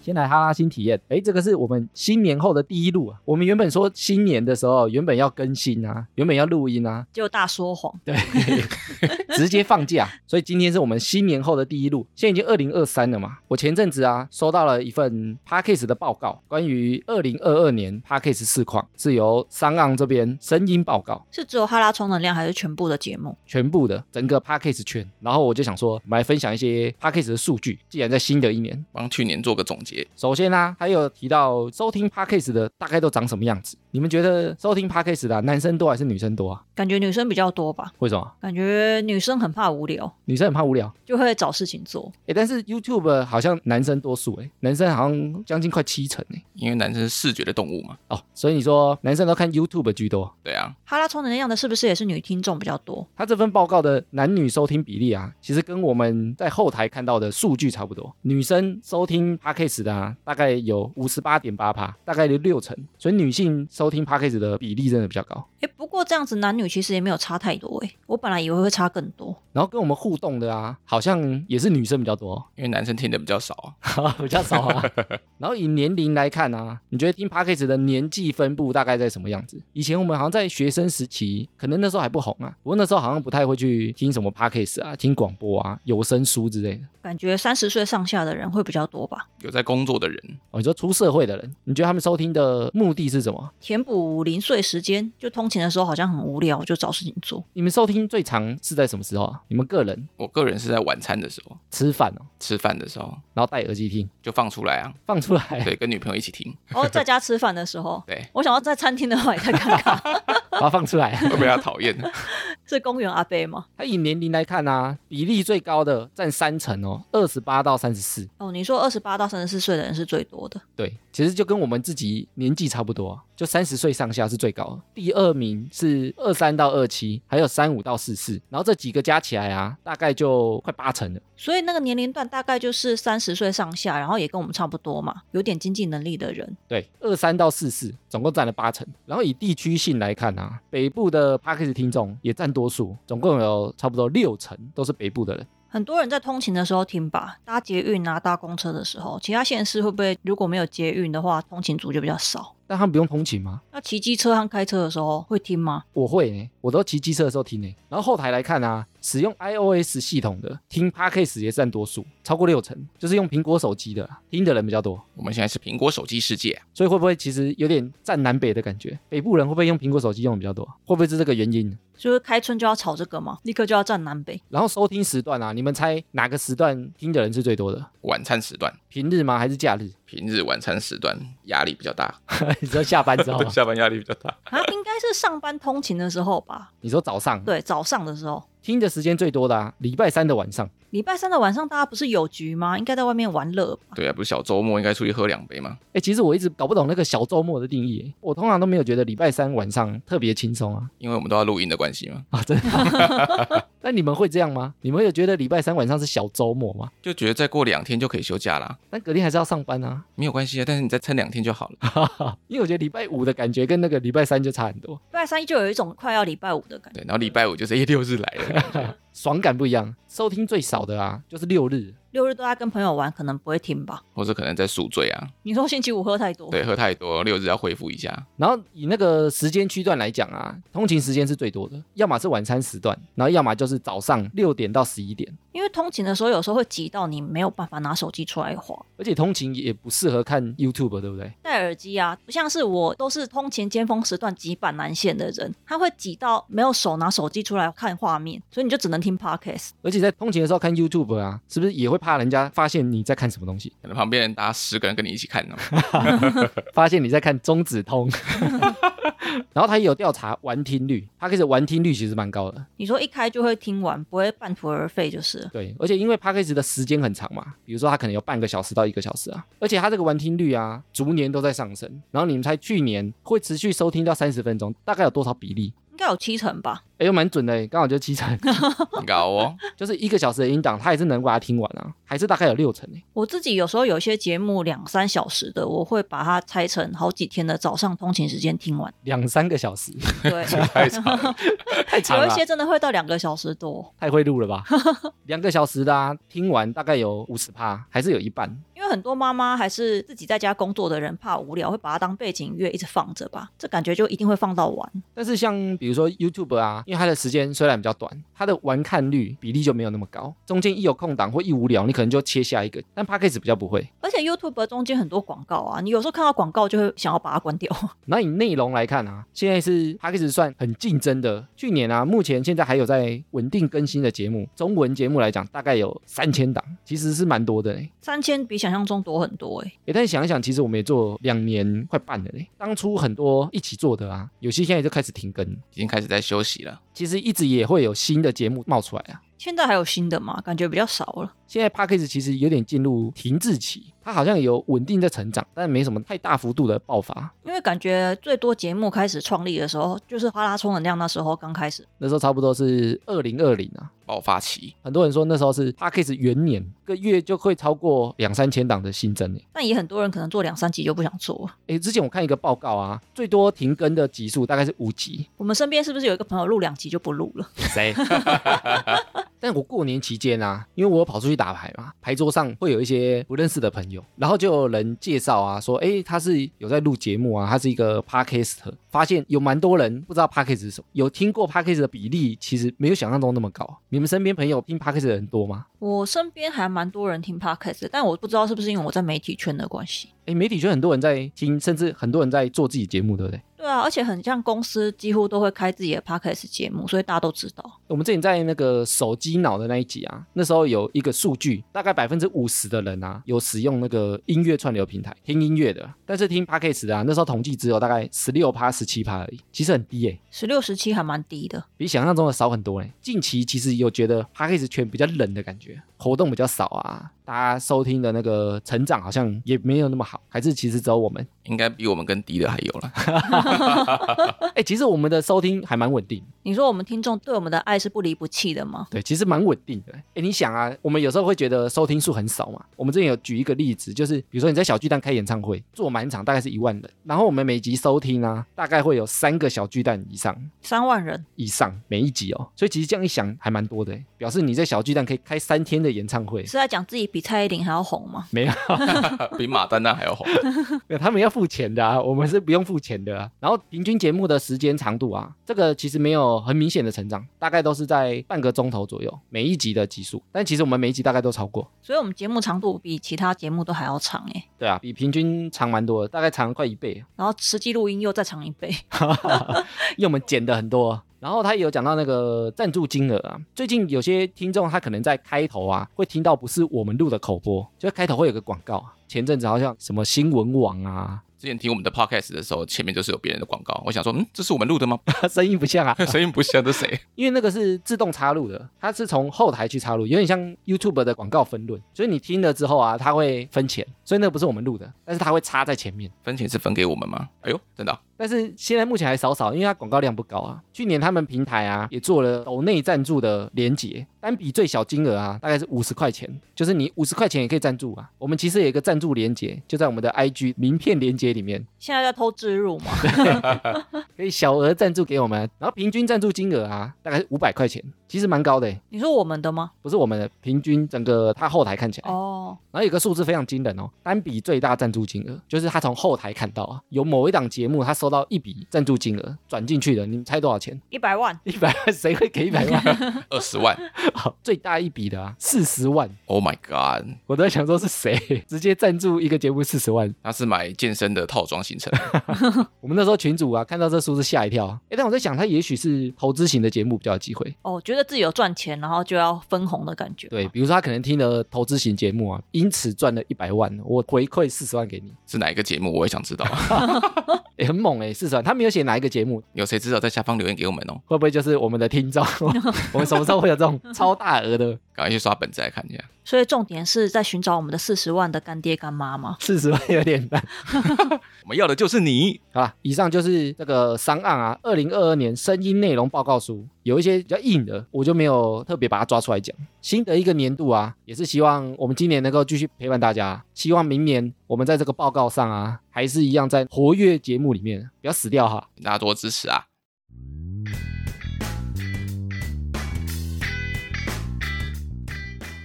先来哈拉新体验。哎，这个是我们新年后的第一录啊。我们原本说新年的时候原本要更新啊，原本要录音啊，就大说谎。对， 直接放假。所以今天是我们新年后的第一录，现在已经二零二三了嘛。我前阵子啊收到了一份 p a c k a g e 的报告，关于二零二二年 p a c k a g e 市况，是由商岸这边声音报告。是只有哈拉充能量，还是全部的节目？全部的整个 p a c k a g e 圈，然后我就想说，我们来分享一些 p a c k a g e 的数据。既然在新的一年，帮去年做个总结。首先呢、还有提到收听 p a c k a g e 的大概都长什么样子？你们觉得收听 p a c k a g e 的啊、男生多还是女生多啊？感觉女生比较多吧，为什么？感觉女生很怕无聊，女生很怕无聊。就会找事情做。诶，但是 YouTube 好像男生多数诶，男生好像将近快七成诶。因为男生是视觉的动物嘛，哦，所以你说男生都看 YouTube 居多。对啊，哈拉充能量的是不是也是女听众比较多？他这份报告的男女收听比例啊，其实跟我们在后台看到的数据差不多。女生收听 Podcast 的、啊、大概有五十八点八趴，大概有六成，所以女性收听 Podcast 的比例真的比较高。诶，不过这样子男女其实也没有差太多诶、我本来以为会差更多。然后跟我们互动的啊，好像也是女生比较 多，因为男生听的比较少啊。 比较少啊。 然后以年龄来看啊，你觉得听 p a c k a g e 的年纪分布大概在什么样子？以前我们好像在学生时期，可能那时候还不红啊，不过那时候好像不太会去听什么 p a c k a g e 啊，听广播啊、有声书之类的。感觉三十岁上下的人会比较多吧，有在工作的人，哦，你说出社会的人，你觉得他们收听的目的是什么？填补零碎时间。就通勤的时候好像很无聊，就找事情做。你们收听最长是在什么时候啊？你们个人我个人是在晚餐的时候、吃饭哦，吃饭的时候然后戴耳机听，就放出来啊，放出来，对，跟女朋友一起听，哦，在家吃饭的时候，对， 我想要在餐厅的话也太尴尬。把它放出来。会不会要讨厌？ 是公园阿贝吗？它以年龄来看啊，比例最高的占三成哦，二十八到三十四。哦，你说二十八到三十四岁的人是最多的，对，其实就跟我们自己年纪差不多、啊，就三十岁上下是最高的。第二名是二三到二七，还有三五到四四，然后这几个加起来啊，大概就快八成了。所以那个年龄段大概就是三十岁上下，然后也跟我们差不多嘛，有点经济能力的人。对，二三到四四总共占了八成。然后以地区性来看啊，北部的 p a c k a g e 听众也占多数，总共有差不多六成都是北部的人。很多人在通勤的时候听吧，搭捷运啊、搭公车的时候，其他县市会不会如果没有捷运的话，通勤族就比较少？但他们不用通勤吗？那骑机车和开车的时候会听吗？我会呢、我都骑机车的时候听呢、然后后台来看啊，使用 iOS 系统的听 Podcast 也占多数，超过六成，就是用苹果手机的啦听的人比较多。我们现在是苹果手机世界啊、所以会不会其实有点占南北的感觉？北部人会不会用苹果手机用的比较多？会不会是这个原因？就是开春就要吵这个嘛，立刻就要站南北。然后收听时段啊，你们猜哪个时段听的人是最多的？晚餐时段，平日吗？还是假日？ 平日晚餐时段压力比较大，？你说下班之后吗 下班压力比较大。啊，应该是上班通勤的时候吧？你说早上对，早上的时候，听的时间最多的啊，礼拜三的晚上。礼拜三的晚上大家不是有局吗？应该在外面玩乐吧？对啊，不是小周末应该出去喝两杯吗？哎，其实我一直搞不懂那个小周末的定义欸，我通常都没有觉得礼拜三晚上特别轻松啊因为我们都要录音的关系嘛，啊，真的 吗。那你们会这样吗？你们有觉得礼拜三晚上是小周末吗？就觉得再过两天就可以休假啦，但隔天还是要上班啊，没有关系啊。但是你再撑两天就好了。因为我觉得礼拜五的感觉跟那个礼拜三就差很多，礼拜三就有一种快要礼拜五的感觉。对，然后礼拜五就是哎六日来了， 爽感不一样。收听最少的啊，就是六日，六日都在跟朋友玩，可能不会听吧？或者可能在宿醉啊，你说星期五喝太多，对，喝太多，六日要恢复一下。然后以那个时间区段来讲啊，通勤时间是最多的，要么是晚餐时段，然后要么就是早上六点到十一点。因为通勤的时候有时候会急到你没有办法拿手机出来划，而且通勤也不适合看 YouTube，对不对？戴耳机啊，不像是我都是通勤尖峰时段挤板南线的人，他会挤到没有手拿手机出来看画面，所以你就只能听 podcast。而且在通勤的时候看 YouTube 啊，是不是也会怕人家发现你在看什么东西？可能旁边人搭十个人跟你一起看呢、发现你在看中指通。 然后他也有调查完听率，他开始完听率其实蛮高的，你说一开就会听完，不会半途而废就是了。对，而且因为 p a c k a g e 的时间很长嘛，比如说它可能有半个小时到一个小时啊，而且它这个完听率啊，逐年都在上升。然后你们猜去年会持续收听到三十分钟，大概有多少比例？应该有七成吧，哎呦，蛮准的，刚好就七成， 很高哦。就是一个小时的音档，它也是能把它听完啊，还是大概有六成欸诶。我自己有时候有一些节目两三小时的，我会把它拆成好几天的早上通勤时间听完。两三个小时，对，太长 了太长有一了，些真的会到两个小时多，太会录了吧？两个小时的啊，听完大概有五十趴，还是有一半。因为很多妈妈还是自己在家工作的人，怕无聊会把它当背景音乐一直放着吧，这感觉就一定会放到晚。但是像比如说 YouTube 啊，因为它的时间虽然比较短，它的完看率比例就没有那么高。中间一有空档或一无聊，你可能就切下一个。但 Podcast 比较不会。而且 YouTube 中间很多广告啊，你有时候看到广告就会想要把它关掉。 那以内容来看啊，现在是 Podcast 算很竞争的。去年啊，目前现在还有在稳定更新的节目，中文节目来讲大概有三千档，其实是蛮多的嘞、三千比想象中多很多哎、诶但是想一想，其实我们也做两年快半了嘞。当初很多一起做的啊，有些现在就开始停更，已经开始在休息了。其实一直也会有新的节目冒出来啊。现在还有新的吗？感觉比较少了。现在 p a c k a g e 其实有点进入停滞期，它好像有稳定在成长，但没什么太大幅度的爆发。因为感觉最多节目开始创立的时候，就是哈拉充能量那时候刚开始，那时候差不多是二零二零啊，爆发期，很多人说那时候是 p a c k a g e 元年，一个月就会超过两三千档的新增诶。但也很多人可能做两三集就不想做了。诶，之前我看一个报告啊，最多停更的集数大概是五集，我们身边是不是有一个朋友录两集就不录了？谁？但我过年期间啊，因为我有跑出去打牌嘛，牌桌上会有一些不认识的朋友，然后就有人介绍啊，说，诶，他是有在录节目啊，他是一个 podcast，发现有蛮多人不知道 podcast 是什么，有听过 podcast 的比例其实没有想象中那么高。你们身边朋友听 podcast 的人多吗？我身边还蛮多人听 podcast，的但我不知道是不是因为我在媒体圈的关系。诶，媒体圈很多人在听，甚至很多人在做自己节目，对不对？对啊，而且很像公司几乎都会开自己的 podcast 节目，所以大家都知道。我们之前在那个手机脑的那一集啊，那时候有一个数据，大概百分之五十的人啊有使用那个音乐串流平台听音乐的，但是听 podcast 的啊，那时候统计只有大概十六趴、十七趴而已，其实很低耶、十六、十七还蛮低的，比想象中的少很多嘞、近期其实有觉得 podcast 圈比较冷的感觉，活动比较少啊，大家收听的那个成长好像也没有那么好，还是其实只有我们。应该比我们更低的还有了。哎、其实我们的收听还蛮稳定，你说我们听众对我们的爱是不离不弃的吗？对，其实蛮稳定的。哎，你想啊，我们有时候会觉得收听数很少嘛。我们之前有举一个例子，就是比如说你在小巨蛋开演唱会，做满场大概是一万人，然后我们每集收听啊，大概会有三个小巨蛋以上三万人，以上每一集哦。所以其实这样一想，还蛮多的，欸表示你在小巨蛋可以开三天的演唱会是。在讲自己比蔡依林还要红吗？没有， 比马丹娜还要红。没有他们要付钱的啊，我们是不用付钱的啊。然后平均节目的时间长度啊，这个其实没有很明显的成长，大概都是在半个钟头左右，每一集的集数。但其实我们每一集大概都超过。所以我们节目长度比其他节目都还要长哎、对啊，比平均长蛮多的，大概长快一倍，然后实际录音又再长一倍， 因为我们减的很多。然后他也有讲到那个赞助金额啊，最近有些听众他可能在开头啊会听到不是我们录的口播，就开头会有个广告啊。前阵子好像什么新闻网啊， 之前听我们的 podcast 的时候，前面就是有别人的广告，我想说，嗯，这是我们录的吗？ 声音不像啊，声音不像，这谁？因为那个是自动插入的，它是从后台去插入，有点像 YouTube 的广告分论，所以你听了之后啊，它会分钱，所以那个不是我们录的，但是它会插在前面。分钱是分给我们吗？哎呦，真的啊、但是现在目前还少少，因为它广告量不高啊。去年他们平台啊也做了抖内赞助的连结，单笔最小金额啊大概是五十块钱，就是你五十块钱也可以赞助啊。我们其实有一个赞助连结，就在我们的 IG 名片连结里面，现在在偷植入嘛？可以小额赞助给我们。然后平均赞助金额啊大概是五百块钱，其实蛮高的欸，你说我们的吗？不是我们的平均整个它后台看起来。哦，然后有个数字非常惊人哦，单笔最大赞助金额，就是他从后台看到啊，有某一档节目他收到一笔赞助金额转进去的，你们猜多少钱？一百万，一百万 谁会给一百万？二十万好，最大一笔的啊，四十万， ！Oh my god！我都在想说是谁 直接赞助一个节目四十万。他是买健身的套装行程，我们那时候群主啊看到这数字吓一跳啊，诶，但我在想他也许是投资型的节目比较有机会。哦，觉得自己有赚钱，然后就要分红的感觉。对，，比如说他可能听了投资型节目啊，因此赚了一百万，我回馈四十万给你，是哪一个节目？我也想知道。 也很猛诶，四十万。他没有写哪一个节目，有谁知道在下方留言给我们哦？会不会就是我们的听众？我们什么时候会有这种超大额的赶快去刷本子来看一下。所以重点是在寻找我们的四十万的干爹干妈吗？四十万有点难。我们要的就是你。好啦，以上就是这个商案啊，二零二二年声音内容报告书，有一些比较硬的，我就没有特别把它抓出来讲。新的一个年度啊，也是希望我们今年能够继续陪伴大家，希望明年我们在这个报告上啊，还是一样在活跃节目里面，不要死掉哈。请大家多支持啊！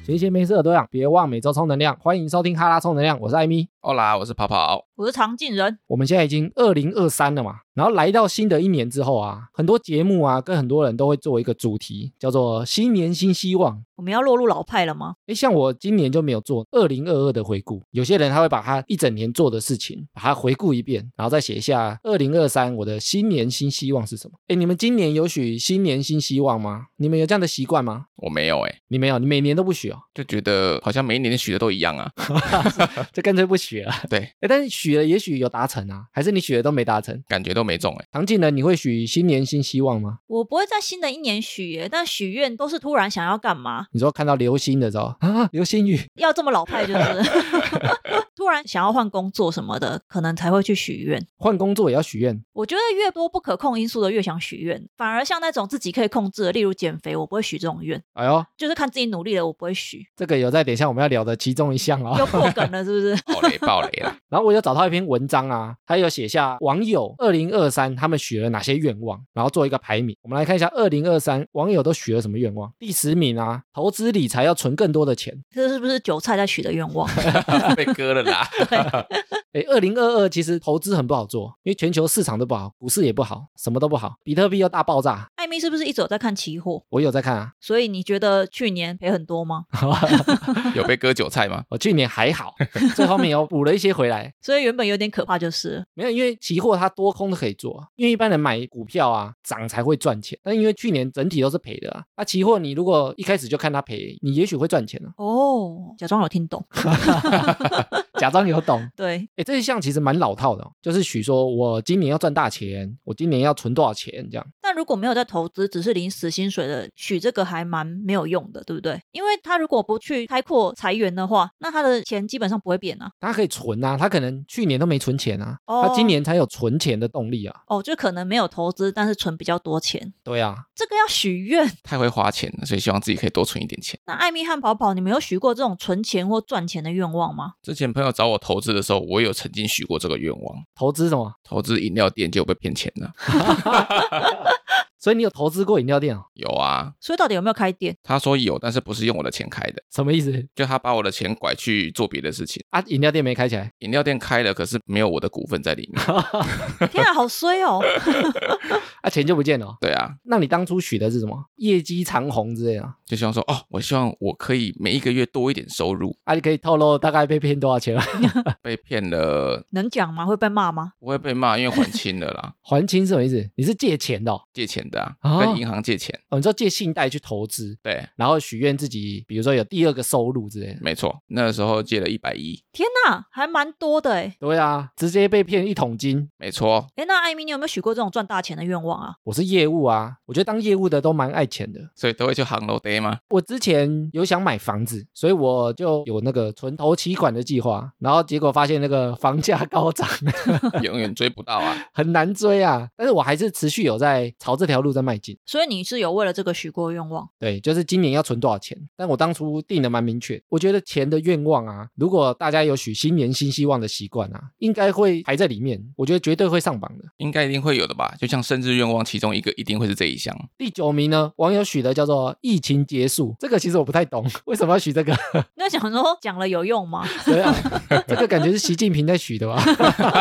现闲闲没事的多养，别忘每周充能量。欢迎收听哈拉充能量，我是艾米。欧啦，我是跑跑，我是常进人，我们现在已经二零二三了嘛，然后来到新的一年之后啊，很多节目啊，跟很多人都会做一个主题，叫做新年新希望。我们要落入老派了吗？诶，像我今年就没有做二零二二的回顾，有些人他会把他一整年做的事情，把它回顾一遍，然后再写一下二零二三我的新年新希望是什么。诶，你们今年有许新年新希望吗？你们有这样的习惯吗？我没有哎、你没有，你每年都不许哦， 就觉得好像每一年许的都一样啊。这干脆不许了。对，诶，但是许了也许有达成啊，还是你许了都没达成？感觉都没中哎、唐静呢？你会许新年新希望吗？我不会在新的一年许耶，但许愿都是突然想要干嘛，你说看到流星的时候啊，流星雨，要这么老派就是 突然想要换工作什么的，可能才会去许愿。换工作也要许愿，我觉得越多不可控因素的越想许愿，反而像那种自己可以控制的，例如减肥，我不会许这种愿，哎呦，就是看自己努力了，我不会许。这个有在等一下我们要聊的其中一项哦。又破梗了是不是？ 爆雷爆雷啦！然后我有找到一篇文章啊，它有写下网友二零二三他们许了哪些愿望，然后做一个排名。我们来看一下二零二三网友都许了什么愿望。第十名啊，投资理财要存更多的钱。这是不是韭菜在许的愿望？ 被割了 啦。哎，二零二二其实投资很不好做，因为全球市场都不好，股市也不好，什么都不好，比特币又大爆炸。艾米是不是一直有在看期货？我有在看啊，所以你觉得去年赔很多吗？ 有被割韭菜吗？我去年还好，最后面有补了一些回来，所以原本有点可怕，就是，没有，因为期货它多空都可以做啊，因为一般人买股票啊涨才会赚钱，但因为去年整体都是赔的啊，那、期货你如果一开始就看它赔，你也许会赚钱啊哦，假装有听懂。假装有懂。 对，哎，这一项其实蛮老套的、哦，就是许说我今年要赚大钱，我今年要存多少钱这样。但如果没有在投资，只是领死薪水的许这个还蛮没有用的，对不对？因为他如果不去开阔财源的话，那他的钱基本上不会变啊。他可以存啊，他可能去年都没存钱啊，哦他今年才有存钱的动力啊。哦，就可能没有投资，但是存比较多钱，对啊，这个要许愿。太会花钱了，所以希望自己可以多存一点钱。那艾米和跑跑，你们有许过这种存钱或赚钱的愿望吗？之前朋友找我投资的时候，我有曾经许过这个愿望，投资什么？投资饮料店就有被骗钱了。所以你有投资过饮料店哦？有啊，所以到底有没有开店？他说有，但是不是用我的钱开的，什么意思就他把我的钱拐去做别的事情。啊？饮料店没开起来，饮料店开了，可是没有我的股份在里 面。天啊，好衰哦！ 啊钱就不见了哦、对啊，那你当初许的是什么？业绩长虹之类的啊？就希望说，哦，我希望我可以每一个月多一点收入。啊，你可以透露大概被骗多少钱吗？，被骗了能讲吗？会被骂吗？不会被骂，因为还清了啦还清是什么意思？你是借钱的哦，借钱的哦啊，跟银行借钱。哦你说借信贷去投资，对，然后许愿自己，比如说有第二个收入之类的。没错，那时候借了一百一，天哪，还蛮多的哎。对啊，直接被骗一桶金。没错，哦哎，那艾米，你有没有许过这种赚大钱的愿望啊？我是业务啊，我觉得当业务的都蛮爱钱的。所以都会去杭楼 day 吗？ 我之前有想买房子，所以我就有那个存头期款的计划，然后结果发现那个房价高涨， 永远追不到啊！很难追啊。但是我还是持续有在朝这条路在迈进。所以你是有为了这个许过愿望？对，就是今年要存多少钱。但我当初定的蛮明确，我觉得钱的愿望啊，如果大家有许新年新希望的习惯啊，应该会排在里面，我觉得绝对会上榜的。应该一定会有的吧？就像生日愿望，其中一个一定会是这一项。第九名呢，网友许的叫做“疫情结束”，这个其实我不太懂，为什么要许这个？ 那想说讲了有用吗？对啊，这个感觉是习近平在许的吧？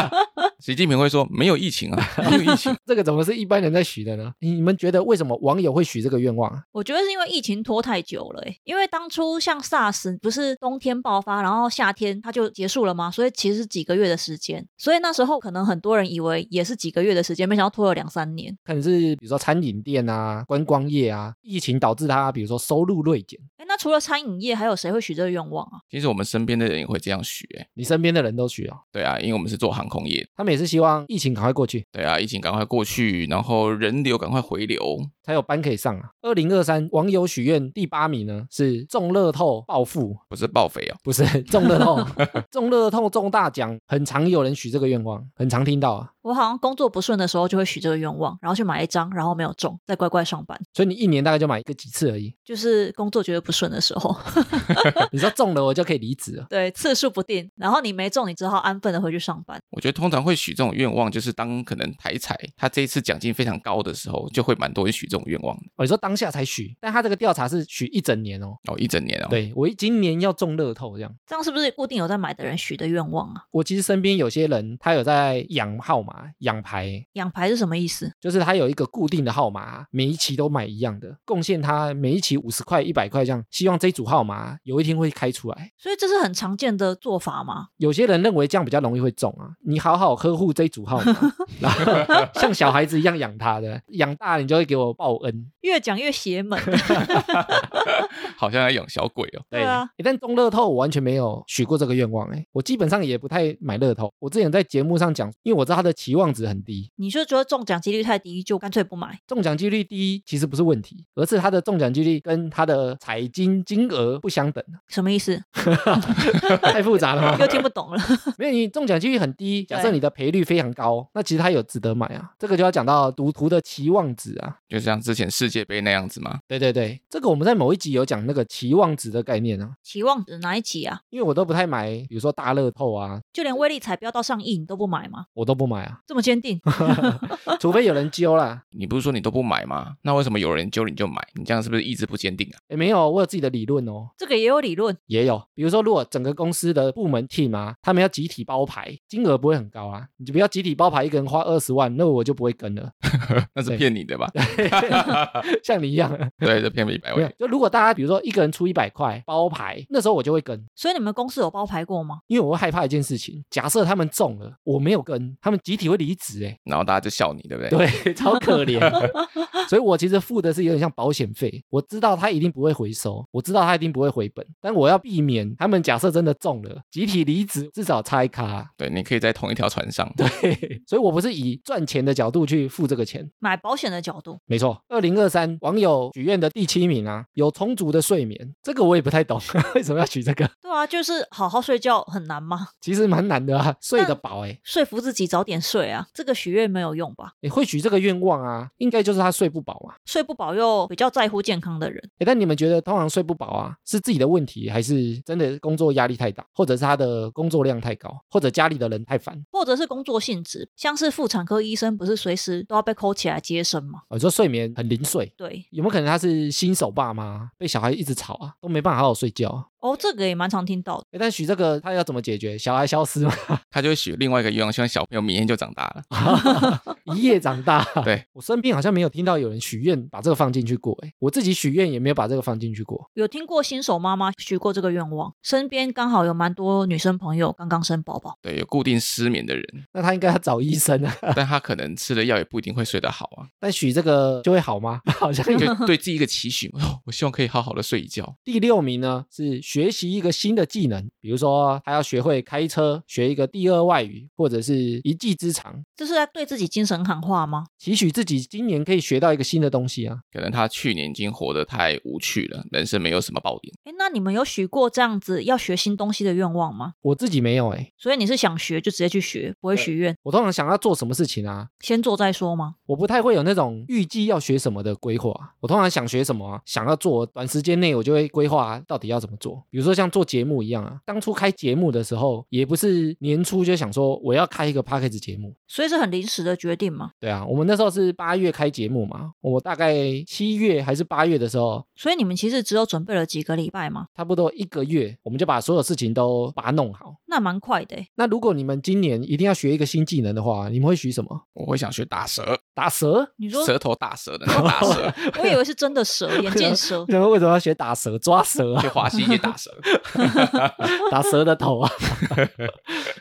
习近平会说没有疫情啊，没有疫情， 这个怎么是一般人在许的呢？你们觉得为什么网友会许这个愿望啊？我觉得是因为疫情拖太久了、欸，因为当初像 SARS 不是冬天爆发，然后夏天它就结束了吗？所以其实是几个月的时间，所以那时候可能很多人以为也是几个月的时间，没想到拖了两三年。可能是比如说餐饮店啊、观光业啊，疫情导致它比如说收入锐减，哎，那除了餐饮业，还有谁会许这个愿望啊？其实我们身边的人也会这样许、欸，你身边的人都许哦，对啊，因为我们是做航空业，他们也是希望疫情赶快过去。对啊，疫情赶快过去，然后人流赶快回流，才有班可以上啊。二零二三网友许愿第八名呢是中乐透暴富，不是报废哦。不是中乐透，中乐透中大奖，很常有人许这个愿望，很常听到啊。我好像工作不顺的时候就会许这个愿望，然后去买一张，然后没有中，再乖乖上班。所以你一年大概就买个几次而已。就是工作觉得不顺的时候， 你说中了，我就可以离职了。哦对次数不定，然后你没中，你只好安分的回去上班。我觉得通常会许这种愿望，就是当可能台彩他这一次奖金非常高的时候，就会蛮多人许这种愿望的哦，你说当下才许，但他这个调查是许一整年哦。哦，一整年哦。，对我今年要中乐透这样。这样是不是固定有在买的人许的愿望啊？我其实身边有些人，他有在养号码、养牌，养牌是什么意思？就是他有一个固定的号码，啊每一期都买一样的，贡献他每一期五十块、一百块这样，希望这组号码啊有一天会开出来。所以这是很常见的做法吗？有些人认为这样比较容易会中啊，你好好呵护这一组号码，然后像小孩子一样养它的，养大了你就会给我报恩。越讲越邪门。好像在养小鬼哦。对啊诶，但中乐透我完全没有许过这个愿望哎、我基本上也不太买乐透。我之前在节目上讲，因为我知道它的期望值很低，你就觉得中奖几率太低，就干脆不买。中奖几率低其实不是问题，而是它的中奖几率跟它的彩金金额不相等，啊什么意思？太复杂了吗又？听不懂了。 没有，你中奖几率很低，假设对你的赔率非常高，那其实它有值得买啊。这个就要讲到赌徒的期望值啊。就像之前世界杯那样子嘛，对对对，这个我们在某一集有讲那个期望值的概念啊，期望值哪一集啊？因为我都不太买，比如说大乐透啊，就连威力彩飙到上亿，你都不买吗？我都不买 啊，这么坚定？除非有人揪啦。你不是说你都不买吗？那为什么有人揪你就买？你这样是不是意志不坚定啊？ 也没有，我有自己的理论哦。这个也有理论，也有，比如说，如果整个公司的部门 team 啊，他们要集体包牌，金额不会很高啊，你就不要集体包牌，一个人花二十万，那我就不会跟了，那是对骗你 的吧？像你一样。对，这骗了一百没有位。，就如果大家比如说一个人出一百块包牌，那时候我就会跟，所以你们公司有包牌过吗？因为我会害怕一件事情，假设他们中了，我没有跟，他们集体会离职、欸， 然后大家就笑你，对不对？对，超可怜。所以我其实付的是有点像保险费，我知道他一定不会回收，我知道他一定不会回本，但我要避免他们假设真的中了，集体离职，至少拆卡。 对，你可以在同一条船上。对，所以我不是以赚钱的角度去付这个钱。买保险的角度，没错，二零二三网友许愿的第七名啊，有充足的睡眠，这个我也不太懂， 为什么要许这个？对啊，就是好好睡觉很难吗？ 其实蛮难的啊，睡得饱哎、欸说服自己早点睡啊，这个许愿没有用吧？你会许这个愿望啊，应该就是他睡不饱嘛。啊睡不饱又比较在乎健康的人，诶但你们觉得通常睡不饱啊，是自己的问题，还是真的工作压力太大，或者是他的工作量太高，或者家里的人太烦？或者是工作性质，像是妇产科医生不是随时都要被扣起来接生吗？我、哦、你说睡眠很零碎，对，有没有可能他是新手爸妈，被小孩一直吵啊，都没办法好好睡觉、啊？哦，这个也蛮常听到的。诶但许这个他要怎么解决？小孩消失吗？ 他就会许另外一个愿望，希望小朋友明天就长大了。一夜长大？对我身边好像没有听到有人许愿把这个放进去过、诶我自己许愿也没有把这个放进去过。有听过新手妈妈许过这个愿望，身边刚好有蛮多女生朋友刚刚生宝宝，对，有固定失眠的 人，那他应该要找医生啊， 但他可能吃了药也不一定会睡得好啊。但许这个就会好吗？ 好像有。就对自己一个期许，哦我希望可以好好的睡一觉。第六名呢是学习一个新的技能，比如说他要学会开车，学一个第二外语，或者是一技之长，这是在对自己精神喊话吗？期许自己今年可以学到一个新的东西啊。可能他去年已经活得太无趣了，人生没有什么爆点。诶，那你们有许过这样子要学新东西的愿望吗？我自己没有哎、所以你是想学就直接去学，不会许愿，我通常想要做什么事情啊，先做再说吗？我不太会有那种预计要学什么的规划。啊我通常想学什么啊，想要做，短时间内我就会规划啊到底要怎么做。比如说像做节目一样啊，当初开节目的时候，也不是年初就想说我要开一个 p a c k a g e 节目，所以是很临时的决定嘛。对啊，我们那时候是八月开节目嘛，我大概七月还是八月的时候，所以你们其实只有准备了几个礼拜嘛，差不多一个月，我们就把所有事情都把它弄好。那蛮快的欸诶。那如果你们今年一定要学一个新技能的话，你们会学什么？我会想学打蛇，打蛇？ 。你说，舌头打蛇的那种打蛇， 我以为是真的蛇，眼见蛇然后为什么要学打蛇？抓蛇啊 去，华西街打蛇。打蛇的头啊，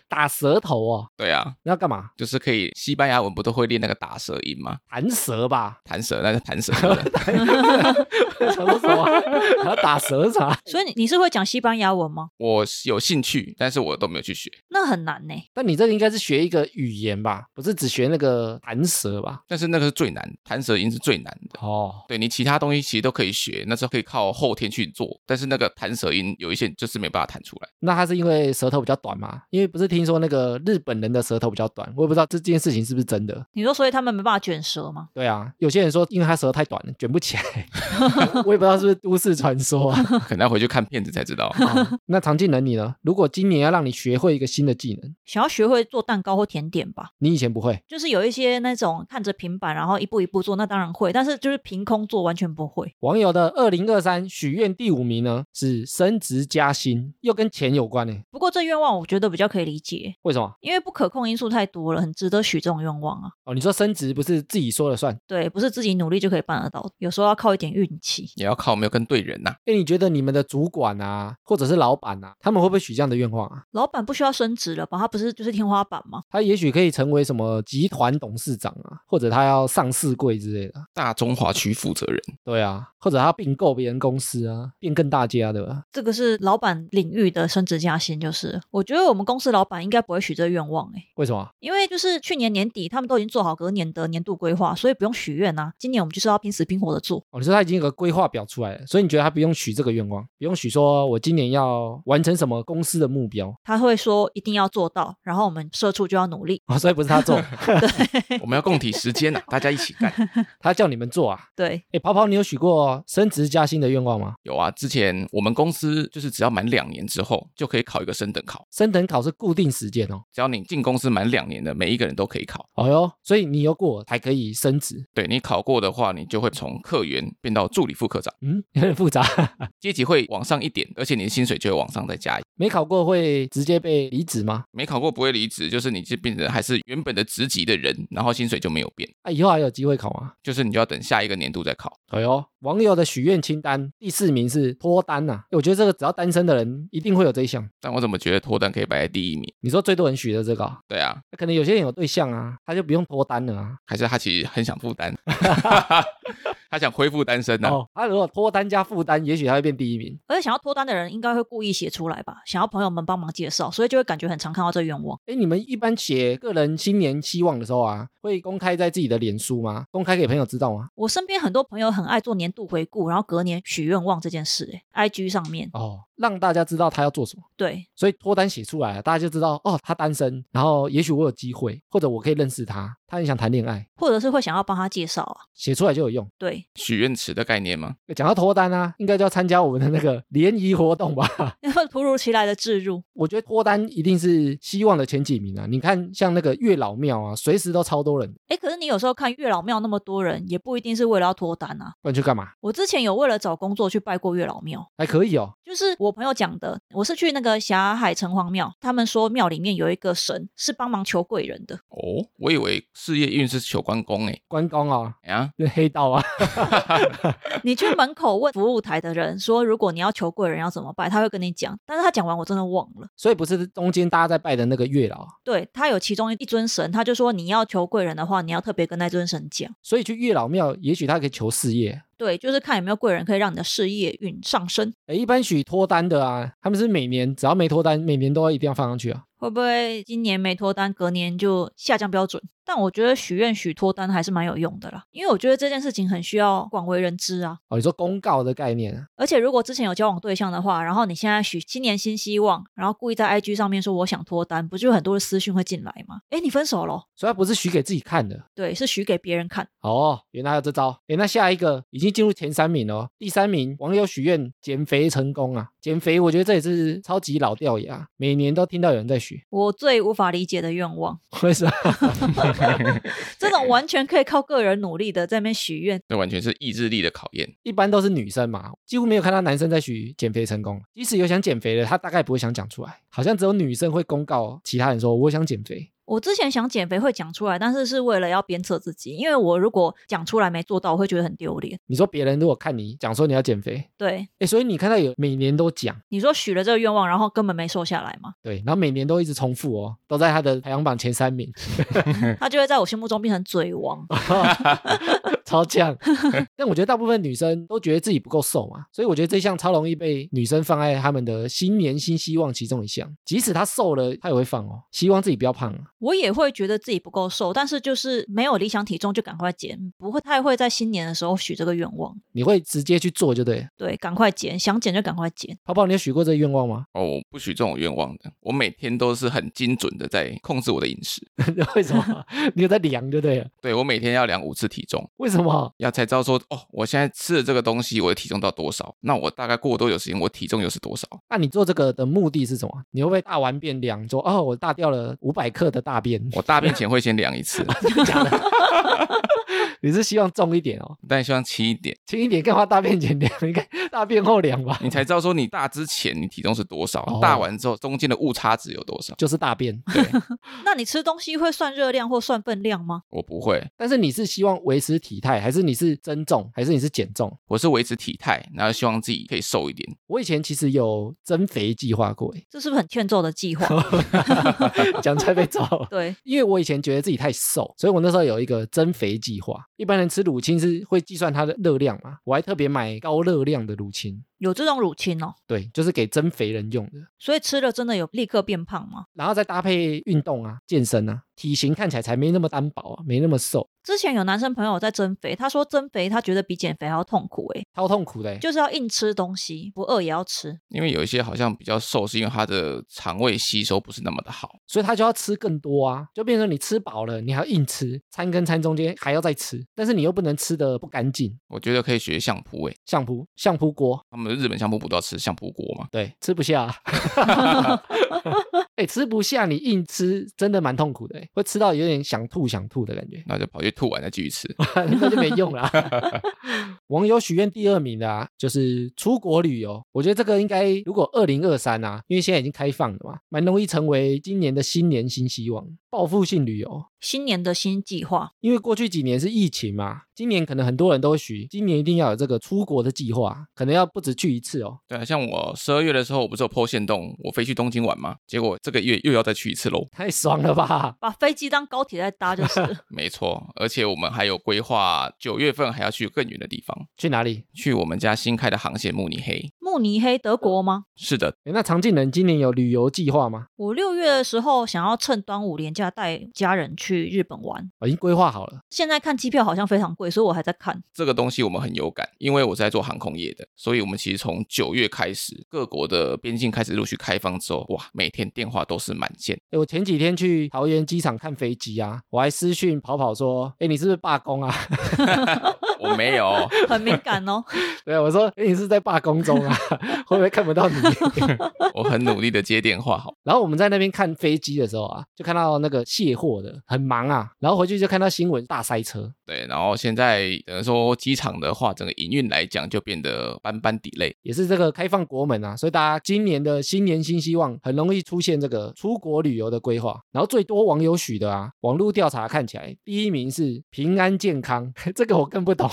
打舌头啊，对啊，那要干嘛？就是可以，西班牙文不都会练那个打舌音吗？？弹舌吧 弹舌，那是弹舌。对不对什么什么？ 还要打舌啥？ 所以你你是会讲西班牙文吗？我有兴趣，但是我都没有去学。那很难欸呢。但你这个应该是学一个语言吧，不是只学那个弹舌吧？但是那个是最难，弹舌音是最难的。哦，对你其他东西其实都可以学，那是可以靠后天去做，但是那个弹舌音有一些就是没办法弹出 来。那他是因为舌头比较短吗？因为不是听说那个日本人的舌头比较短，我也不知道这件事情是不是真的。你说，所以他们没办法卷舌吗？对啊，有些人说因为他舌头太短了，卷不起来，我也不知道是不是都市传说啊。可能要回去看片子才知道。那常进人你呢？如果今年要让你学会一个新的技能。想要学会做蛋糕或甜点吧。你以前不会，就是有一些那种看着平板，然后一步一步做，那当然会，但是就是凭空做完全不会。网友的二零二三许愿第五名呢是升职加薪，又跟钱有关呢？不过这愿望我觉得比较可以理解，为什么？因为不可控因素太多了，很值得许这种愿望啊。哦，你说升职不是自己说了算？对，不是自己努力就可以办得到，有时候要靠一点运气。也要靠有没有跟对人呐、哎，你觉得你们的主管啊，或者是老板啊，他们会不会许这样的愿望啊？老板不需要升职了吧？他不是就是天花板吗？他也许可以成为什么集团董事长啊，或者他要上市柜之类的。啊大中华区负责人， 对啊，或者他并购别人公司啊，变更大家的啊吧。这个是老板领域的升职加薪，就是我觉得我们公司老板应该不会许这个愿望诶、欸为什么？啊因为就是去年年底他们都已经做好隔年的年度规划，所以不用许愿啊。今年我们就是要拼死拼活的做，哦，你说他已经有个规划表出来了，所以你觉得他不用许这个愿望，不用许说我今年要完成什么公司的目标他会说一定要做到，然后我们社畜就要努力。哦，所以不是他做，我们要共体时间呐、大家一起干。他叫你们做啊。对，哎，跑跑，你有许过升职加薪的愿望吗？有啊，之前我们公司就是只要满两年之后就可以考一个升等考，升等考是固定时间哦。只要你进公司满两年的，每一个人都可以考。哦哟，所以你有过才可以升职，对你考过的话，你就会从课员变到助理副科长，嗯，有点复杂。 阶级会往上一点，而且你的薪水就会往上再加。没考过会直接被离职吗？没考过不会离职，就是你就变成还是原本的职级的人，然后薪水就没有变，啊，以后还有机会考吗？就是你就要等下一个年度再考。哎呦，网友的许愿清单第四名是脱单呐、我觉得这个只要单身的人一定会有这一项。但我怎么觉得脱单可以摆在第一名？你说最多人许的这个啊、对啊，可能有些人有对象啊，他就不用脱单了啊。还是他其实很想负担，他想恢复单身啊呢、哦，他如果脱单加负担，也许他会变第一名。而且想要脱单的人应该会故意写出来吧，想要朋友们帮忙介绍，所以就会感觉很常看到这愿望。哎，你们一般写个人新年希望的时候啊，会公开在自己的脸书吗？公开给朋友知道吗？我身边很多朋友很爱做年度回顾，然后隔年许愿望这件事、i 欸 g 上面哦，让大家知道他要做什么。对，所以脱单写出来了，大家就知道哦，他单身，然后也许我有机会，或者我可以认识他，他很想谈恋爱，或者是会想要帮他介绍啊，写出来就有用。对， 许愿池的概念吗？讲到脱单啊，应该就要参加我们的那个联谊活动吧？ 那份突如其来的置入，我觉得脱单一定是希望的前几名啊！你看，像那个月老庙啊，随时都超多人，哎，可是你有时候看月老庙那么多人，也不一定是为了要脱单啊。不然去干嘛？我之前有为了找工作去拜过月老庙，还可以哦，就是我朋友讲的，我是去那个霞海城隍庙，他们说庙里面有一个神是帮忙求贵人的， 哦，我以为事业运是求关公哎、关公啊，欸、啊，那黑道啊， 你去门口问服务台的人说，如果你要求贵人要怎么拜，他会跟你讲，但是他讲完我真的忘了。所以不是中间大家在拜的那个月老啊，对他有其中一尊神，他就说你要求贵人的话，你要特别跟那尊神讲。所以去月老庙，也许他可以求事业。对，就是看有没有贵人可以让你的事业运上升。诶，一般许脱单的啊，他们是每年只要没脱单，每年都要一定要放上去啊。会不会今年没脱单，隔年就下降标准？但我觉得许愿许脱单还是蛮有用的啦，因为我觉得这件事情很需要广为人知啊。哦，你说公告的概念啊，而且如果之前有交往对象的话，然后你现在许新年新希望，然后故意在 IG 上面说我想脱单，不就有很多的私讯会进来吗？诶，你分手了？所以他不是许给自己看的。对，是许给别人看。哦，原来还有这招。诶，那下一个已经进入前三名了哦。第三名网友许愿减肥成功啊，减肥我觉得这也是超级老掉牙，每年都听到有人在许， 我最无法理解的愿望，为什么？这种完全可以靠个人努力的在那边许愿，这完全是意志力的考验。一般都是女生嘛，几乎没有看到男生在许减肥成功。即使有想减肥的，他大概不会想讲出来，好像只有女生会公告其他人说我想减肥。我之前想减肥会讲出来，但是是为了要鞭策自己，因为我如果讲出来没做到，我会觉得很丢脸。你说别人如果看你讲说你要减肥，对，哎，所以你看到有每年都讲，你说许了这个愿望，然后根本没瘦下来嘛，对，然后每年都一直重复哦，都在他的排行榜前三名，他就会在我心目中变成嘴王。超强。 但我觉得大部分女生都觉得自己不够瘦嘛，所以我觉得这项超容易被女生放在他们的新年新希望其中一项。即使她瘦了，她也会放哦，希望自己不要胖啊。我也会觉得自己不够瘦，但是就是没有理想体重就赶快减，不会太会在新年的时候许这个愿望。你会直接去做就对了。对，赶快减，想减就赶快减。泡泡，你有许过这个愿望吗？ 哦，我不许这种愿望的，我每天都是很精准的在控制我的饮食，为什么？你有在量就对了。对我每天要量五次体重，为什什么？要才知道说，哦，我现在吃了这个东西，我的体重到多少？那我大概过多久时间，我体重又是多少？那你做这个的目的是什么？你会不会大完便量说，哦，我大掉了五百克的大便？ 我大便前会先量一次，你是希望重一点哦，但希望轻一点，轻一点，干嘛大便前量？ 应该大便后量吧？你才知道说你大之前你体重是多少，哦大完之后中间的误差值有多少。就是大便，那你吃东西会算热量或算分量吗？我不会，但是你是希望维持体态，还是你是增重，还是你是减重？我是维持体态，然后希望自己可以瘦一点。我以前其实有增肥计划过，欸这是不是很欠揍的计划？ 讲出来被揍。对，因为我以前觉得自己太瘦，所以我那时候有一个增肥计划。一般人吃乳清是会计算它的热量嘛，我还特别买高热量的乳清，有这种乳清哦，对，就是给增肥人用的。所以吃了真的有立刻变胖吗？然后再搭配运动啊、健身啊，体型看起来才没那么单薄啊，没那么瘦，之前有男生朋友在增肥，他说增肥他觉得比减肥还要痛苦、欸，超痛苦的欸。就是要硬吃东西，不饿也要吃。因为有一些好像比较瘦，是因为他的肠胃吸收不是那么的好。所以他就要吃更多啊，就变成你吃饱了，你还要硬吃，餐跟餐中间还要再吃，但是你又不能吃的不干净。我觉得可以学相扑诶，相扑、相扑锅，他们日本相扑不都要吃相扑锅吗？，对，吃不下、啊。 哎、吃不下，你硬吃真的蛮痛苦的欸，会吃到有点想吐想吐的感觉 那就跑去吐完再继续吃。那就没用了啊。 网友许愿第二名的啊，就是出国旅游。我觉得这个应该，如果二零二三啊，因为现在已经开放了嘛，蛮容易成为今年的新年新希望，报复性旅游。新年的新计划，因为过去几年是疫情嘛，今年可能很多人都会许，今年一定要有这个出国的计划，可能要不止去一次哦。对啊，像我十二月的时候，我不是有破线洞，我飞去东京玩吗？结果这个月又要再去一次喽。太 爽了吧！把飞机当高铁在搭就是了 没错，而且我们还有规划，九月份还要去更远的地方，去哪里？去我们家新开的航线慕尼黑。慕尼黑，德国吗？是的，诶那常进人今年有旅游计划吗？我六月的时候想要趁端午连假带家人去日本玩，哦我已经规划好了。现在看机票好像非常贵，所以我还在看。这个东西我们很有感，因为我是在做航空业的，所以我们其实从九月开始，各国的边境开始陆续开放之后，哇，每天电话都是满线。诶我前几天去桃园机场看飞机啊，我还私讯跑跑说：“哎，你是不是罢工啊 我没有，很敏感哦，？”对，我说：“哎，你是不是在罢工中啊？ 会不会看不到你？” 我很努力的接电话，好，然后我们在那边看飞机的时候啊，就看到那个卸货的很忙啊，然后回去就看到新闻大塞车，对，然后现在等于说机场的话，整个营运来讲就变得班班底累。也是这个开放国门啊，所以大家今年的新年新希望，很容易出现这个出国旅游的规划。然后最多网友许的啊，网络调查看起来第一名是平安健康， 这个我更不懂，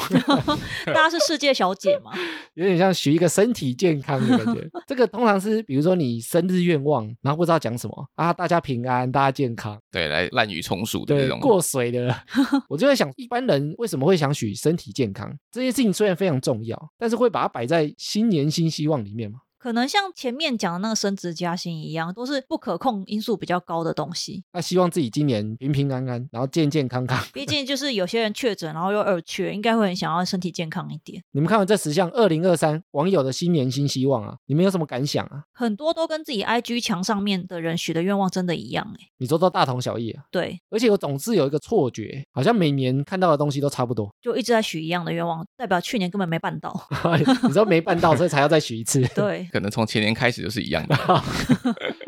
大家是世界小姐嘛？有点像许一个身体健康的感觉。这个通常是比如说你生日愿望，然后不知道讲什么啊，大家平安，大家健康，对，来滥竽充数的那对，种。过水的。 我就在想，一般人为什么会想许身体健康这件事情？虽然非常重要，但是会把它摆在新年新希望里面吗？可能像前面讲的那个升职加薪一样，都是不可控因素比较高的东西。那希望自己今年平平安安，然后健健康康。 毕竟就是有些人确诊，然后又二确，应该会很想要身体健康一点。你们看完这十项二零二三网友的新年新希望啊，你们有什么感想啊？很多都跟自己 IG 墙上面的人许的愿望真的一样哎、你说都大同小异啊，对，而且我总是有一个错觉，好像每年看到的东西都差不多。 就一直在许一样的愿望，代表去年根本没办到。 哎你说没办到，所以才要再许一次。 对，可能从前年开始就是一样的，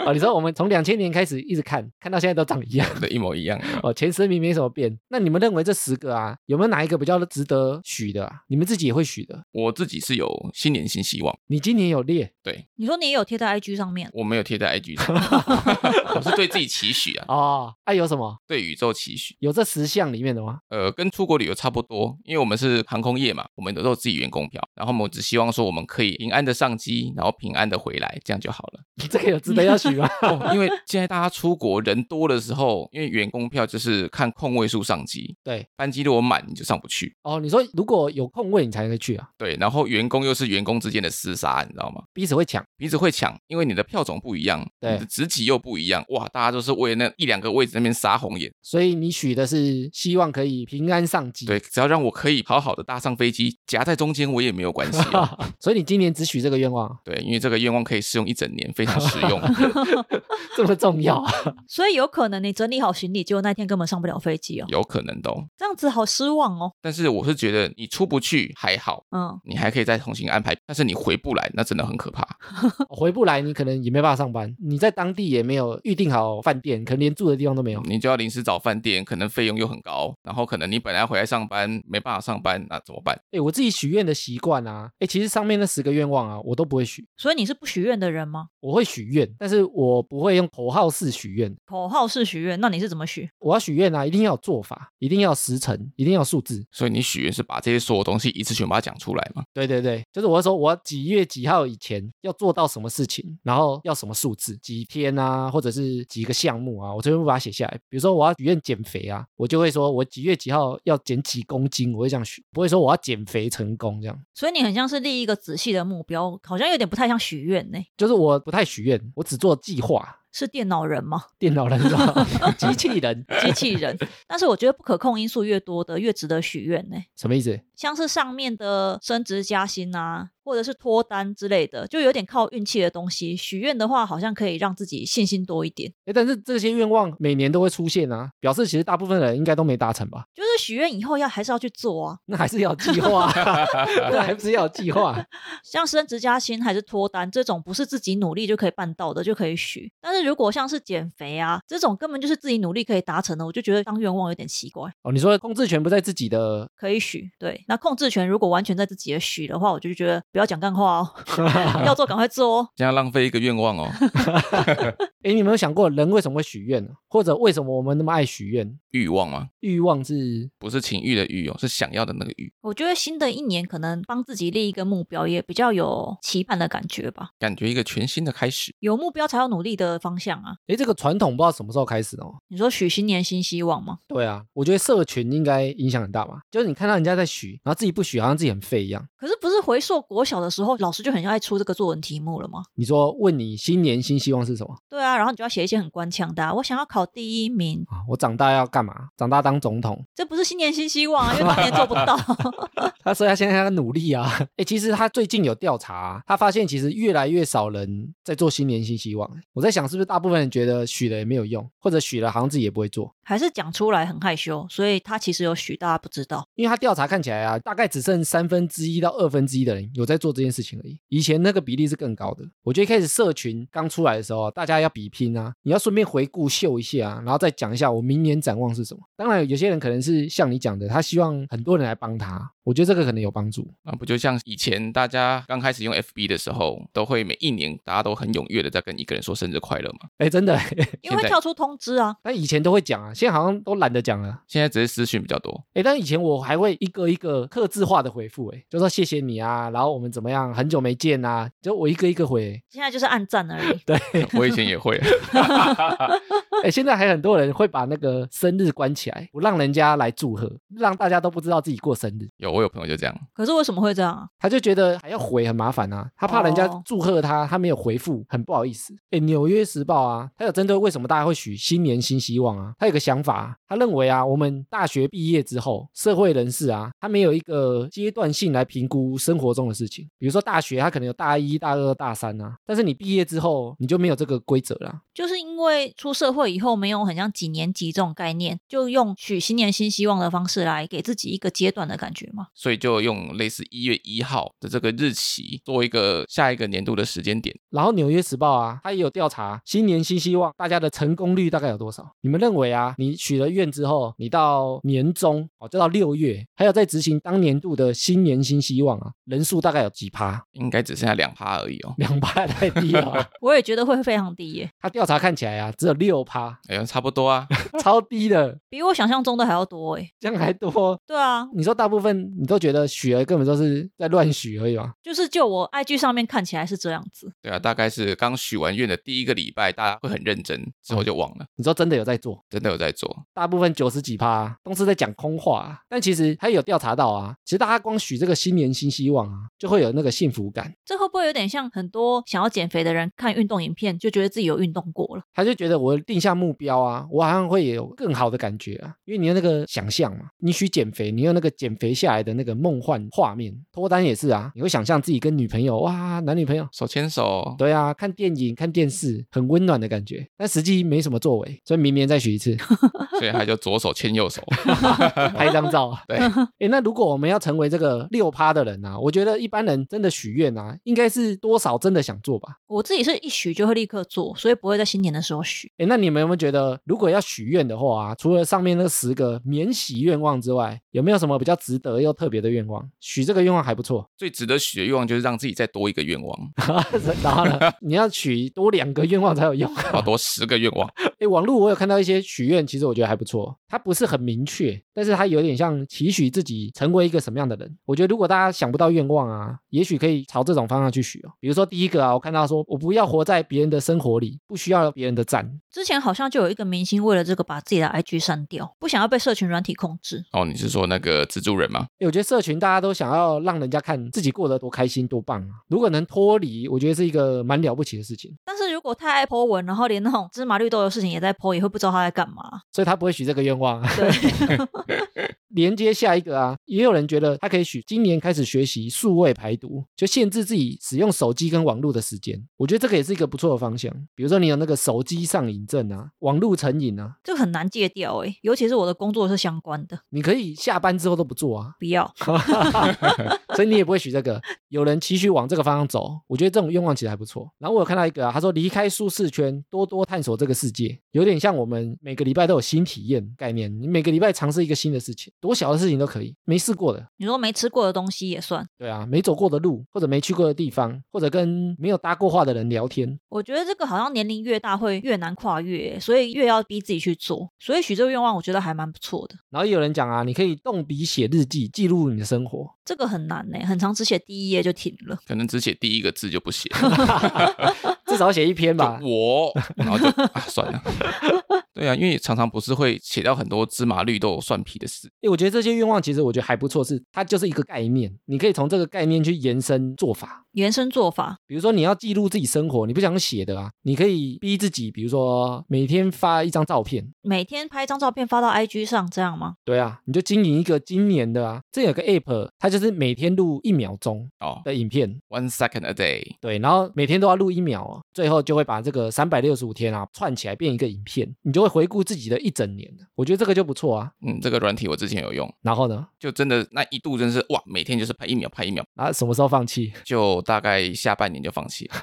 哦，你说我们从两千年开始一直看，看到现在都长一样。 对，一模一样。哦，前十名没什么变。那你们认为这十个啊，有没有哪一个比较值得许的啊？你们自己也会许的。我自己是有新年新希望，你今年有列对你说你也有贴在 IG 上面，我没有贴在 IG 上， 我是对自己期许啊，哦？啊，有什么？对宇宙期许。有这十项里面的吗？ 呃，跟出国旅游差不多，因为我们是航空业嘛，我们都有自己员工票，然后我们只希望说我们可以平安的上机，然后平安的回来，这样就好了。你这个有值得要许吗？ 哦，因为现在大家出国人多的时候，因为员工票就是看空位数上机，对，班机如果满你就上不去。哦，你说如果有空位你才能去啊，对，然后员工又是员工之间的厮杀，你知道吗？彼此会抢。彼此会抢，因为你的票种不一样，对你的职级又不一样，哇，大家都是为了那一两个位置在那边杀红眼。所以你许的是希望可以平安上机。对，只要让我可以好好的搭上飞机，夹在中间我也没有关系、哦。所以你今年只许这个愿望。啊对，因因为这个愿望可以适用一整年，非常实用。这么重要啊？ 所以有可能你整理好行李，结果那天根本上不了飞机哦，有可能的、哦。这样子好失望哦。但是我是觉得你出不去还好，嗯，你还可以再重新安排，但是你回不来，那真的很可怕。回不来，你可能也没办法上班，你在当地也没有预定好饭店，可能连住的地方都没有。你就要临时找饭店，可能费用又很高，然后可能你本来回来上班没办法上班，那怎么办？哎，我自己许愿的习惯啊，哎，其实上面那十个愿望啊，我都不会许，所以你是不许愿的人吗？我会许愿，但是我不会用口号式许愿。口号式许愿，那你是怎么许？我要许愿啊，一定要有做法，一定要有时辰，一定要有数字。所以你许愿是把这些所有东西一次全把它讲出来嘛？对对对，就是我会说我要几月几号以前要做到什么事情，然后要什么数字，几天啊，或者是几个项目啊，我全部把它写下来。比如说我要许愿减肥啊，我就会说我几月几号要减几公斤，我会这样许，不会说我要减肥成功这样。所以你很像是立一个仔细的目标，好像有点不太像许愿呢。就是我不太许愿，我只做计划。是电脑人吗？电脑人是吧？ 机器人机器人？但是我觉得不可控因素越多的，越值得许愿呢。什么意思？像是上面的升职加薪啊，或者是脱单之类的，就有点靠运气的东西。许愿的话，好像可以让自己信心多一点。哎，但是这些愿望每年都会出现啊，表示其实大部分人应该都没达成吧？就是许愿以后要还是要去做啊，那还是要计划， 那还不是要有计划？ 像升职加薪还是脱单这种，不是自己努力就可以办到的，就可以许。但是如果像是减肥啊这种，根本就是自己努力可以达成的，我就觉得当愿望有点奇怪。哦，你说控制权不在自己的，可以许，对。那控制权如果完全在自己的许的话，我就觉得不要讲干话哦，要做赶快做哦。这样浪费一个愿望哦。哎，你有没有想过人为什么会许愿呢？或者为什么我们那么爱许愿？欲望吗？欲望是不是情欲的欲哦，是想要的那个欲。我觉得新的一年可能帮自己立一个目标，也比较有期盼的感觉吧。感觉一个全新的开始。有目标才有努力的方向啊。哎，这个传统不知道什么时候开始哦。你说许新年新希望吗？对啊，我觉得社群应该影响很大吧。就是你看到人家在许，然后自己不许，好像自己很废一样。可是不是回溯国小的时候，老师就很爱出这个作文题目了吗？你说问你新年新希望是什么对啊，然后你就要写一些很官腔的啊、我想要考第一名，啊？我长大要干嘛？长大当总统。这不是新年新希望啊，因为当年做不 到。他说他现在要努力啊。 哎，其实他最近有调查、啊他发现其实越来越少人在做新年新希望。我在想，是不是大部分人觉得许了也没有用，或者许了好像自己也不会做。还是讲出来很害羞，所以他其实有许，大家不知 道。因为他调查看起来啊，大概只剩三分之一到二分之一的人有在做这件事情而已。以前那个比例是更高的。我觉得一开始社群刚出来的时候啊，大家要比拼啊，你要顺便回顾秀一下啊，然后再讲一下我明年展望是什么。当然，有些人可能是像你讲的，他希望很多人来帮他，我觉得这个可能有帮助。那啊不就像以前大家刚开始用 FB 的时候，都会每一年大家都很踊跃的在跟一个人说生日快乐嘛？哎，真的，因为现会在跳出通知啊， 但以前都会讲啊，现在好像都懒得讲了。现在只是私讯比较多， 哎，但以前我还会一个一个刻字化的回复，哎，就说谢谢你啊，然后我们怎么样，很久没见啊，就我一个一个回。现在就是按赞而已。我以前也会。哎，现在还很多人会把那个生日关起来，不让人家来祝贺，让大家都不知道自己过生日。有，我有朋友就这样，可是为什么会这样啊？他就觉得还要回很麻烦啊，他怕人家哦祝贺他，他没有回复，很不好意思。哎，《纽约时报》啊，他有针对为什么大家会许新年新希望啊，他有个想法、啊，他认为啊，我们大学毕业之后，社会人士啊，他没有一个阶段性来评估生活中的事情，比如说大学，他可能有大一、大二、大三啊，但是你毕业之后，你就没有这个规则啦。就是因为出社会以后没有很像几年级这种概念，就用许新年新希望的方式来给自己一个阶段的感觉嘛。所以就用类似一月一号的这个日期做一个下一个年度的时间点。然后《纽约时报》啊，它也有调查新年新希望，大家的成功率大概有多少？你们认为啊，你许了愿之后，你到年终哦，就到六月，还有在执行当年度的新年新希望啊，人数大概有几趴？应该只剩下两趴而已哦。两趴太低了啊、我也觉得会非常低耶，他调查看起来啊，只有六趴，哎呀，差不多啊。超低的，比我想象中的还要多哎。这样还多。对啊，你说大部分你都觉得许了根本都是在乱许而已嘛？就是就我 IG 上面看起来是这样子，对啊，大概是刚许完愿的第一个礼拜，大家会很认真，之后就忘了。你说真的有在做？真的有在在做。大部分九十几趴、都是在讲空话、啊。但其实他有调查到啊，其实大家光许这个新年新希望啊，就会有那个幸福感。这会不会有点像很多想要减肥的人看运动影片就觉得自己有运动过了？他就觉得我定下目标啊，我好像会有更好的感觉啊，因为你有那个想象嘛，你许减肥，你有那个减肥下来的那个梦幻画面。脱单也是啊，你会想象自己跟女朋友哇，男女朋友。手牵手，对啊，看电影、看电视，很温暖的感觉，但实际没什么作为，所以明年再许一次，所以他就左手牵右手。拍张照啊。对，诶，那如果我们要成为这个六趴的人啊，我觉得一般人真的许愿啊，应该是多少真的想做吧？我自己是一许就会立刻做，所以不会在新年的时候许。诶，那你们有没有觉得，如果要许愿的话啊，除了上面那十个免洗愿望之外，有没有什么比较值得又特别的愿望？许这个愿望还不错， 最值得许的愿望就是让自己再多一个愿望，然后呢，你要许多两个愿望才有用。要多十个愿望。诶，网络我有看到一些许愿，其实我觉得还不错，它不是很明确，但是它有点像期许自己成为一个什么样的人。我觉得如果大家想不到愿望啊，也许可以朝这种方向去许哦。比如说第一个啊，我看到说我不要活在别人的生活里，不需要别人的赞。之前好像就有一个明星为了这个把自己的 IG 删掉，不想要被社群软体控制。哦，你是说那个蜘蛛人吗？诶我觉得社群大家都想要让人家看自己过得多开心多棒啊，如果能脱离，我觉得是一个蛮了不起的事情。但是如果太爱 po 文，然后连那种芝麻绿豆的事情也在 po，也会不知道他在干嘛。所以他不会许这个愿望啊。对， 连接下一个啊，也有人觉得他可以许今年开始学习数位排毒，就限制自己使用手机跟网络的时间。我觉得这个也是一个不错的方向。比如说你有那个手机上瘾症啊，网络成瘾啊，这个很难戒掉诶、尤其是我的工作是相关的，你可以下班之后都不做啊，不要。所以你也不会许这个。有人期许往这个方向走，我觉得这种愿望其实还不错。然后我有看到一个啊，他说离开舒适圈，多多探索这个世界，有点像我们每个礼拜都有新体验概念，你每个礼拜尝试一个新的事情，多小的事情都可以，没试过的。你说没吃过的东西也算，对啊，没走过的路，或者没去过的地方，或者跟没有搭过话的人聊天，我觉得这个好像年龄越大会越难跨越欸，所以越要逼自己去做。所以许这个愿望，我觉得还蛮不错的。然后也有人讲啊，你可以动笔写日记，记录你的生活。这个很难呢、很长只写第一页就停了。可能只写第一个字就不写，至少写一篇吧 就。我，然后就啊算了。 对啊，因为常常不是会写到很多芝麻绿豆蒜皮的事，诶我觉得这些愿望其实我觉得还不错，是它就是一个概念，你可以从这个概念去延伸做法。延伸做法，比如说你要记录自己生活，你不想写的啊，你可以逼自己，比如说每天发一张照片。每天拍一张照片发到 IG 上，这样吗？ 对啊，你就经营一个今年的啊，这有个 app，它就是每天录一秒钟哦的影片， ，one second a day，对，然后每天都要录一秒哦，最后就会把这个三百六十五天啊串起来变一个影片，你就会回顾自己的一整年。我觉得这个就不错啊。嗯，这个软体我之前有用，然后呢，就真的那一度真是哇，每天就是拍一秒拍一秒，啊，什么时候放弃？ 就大概下半年就放弃了。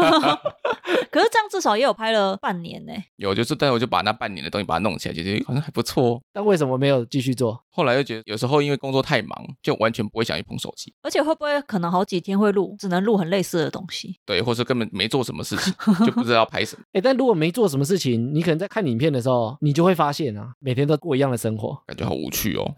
可是这样至少也有拍了半年呢、有就是，但我就把那半年的东西把它弄起来，觉得好像还不错、哦。但为什么没有继续做？后来又觉得有时候因为工作太忙，就完全不会想去碰手机，而且会不会可能好几天会录，只能录很类似的东西？ 对，或是根本没做什么事情，就不知道拍什么，哎，但如果没做什么事情，你可能在看影片的时候，你就会发现啊，每天都过一样的生活，感觉好无趣哦。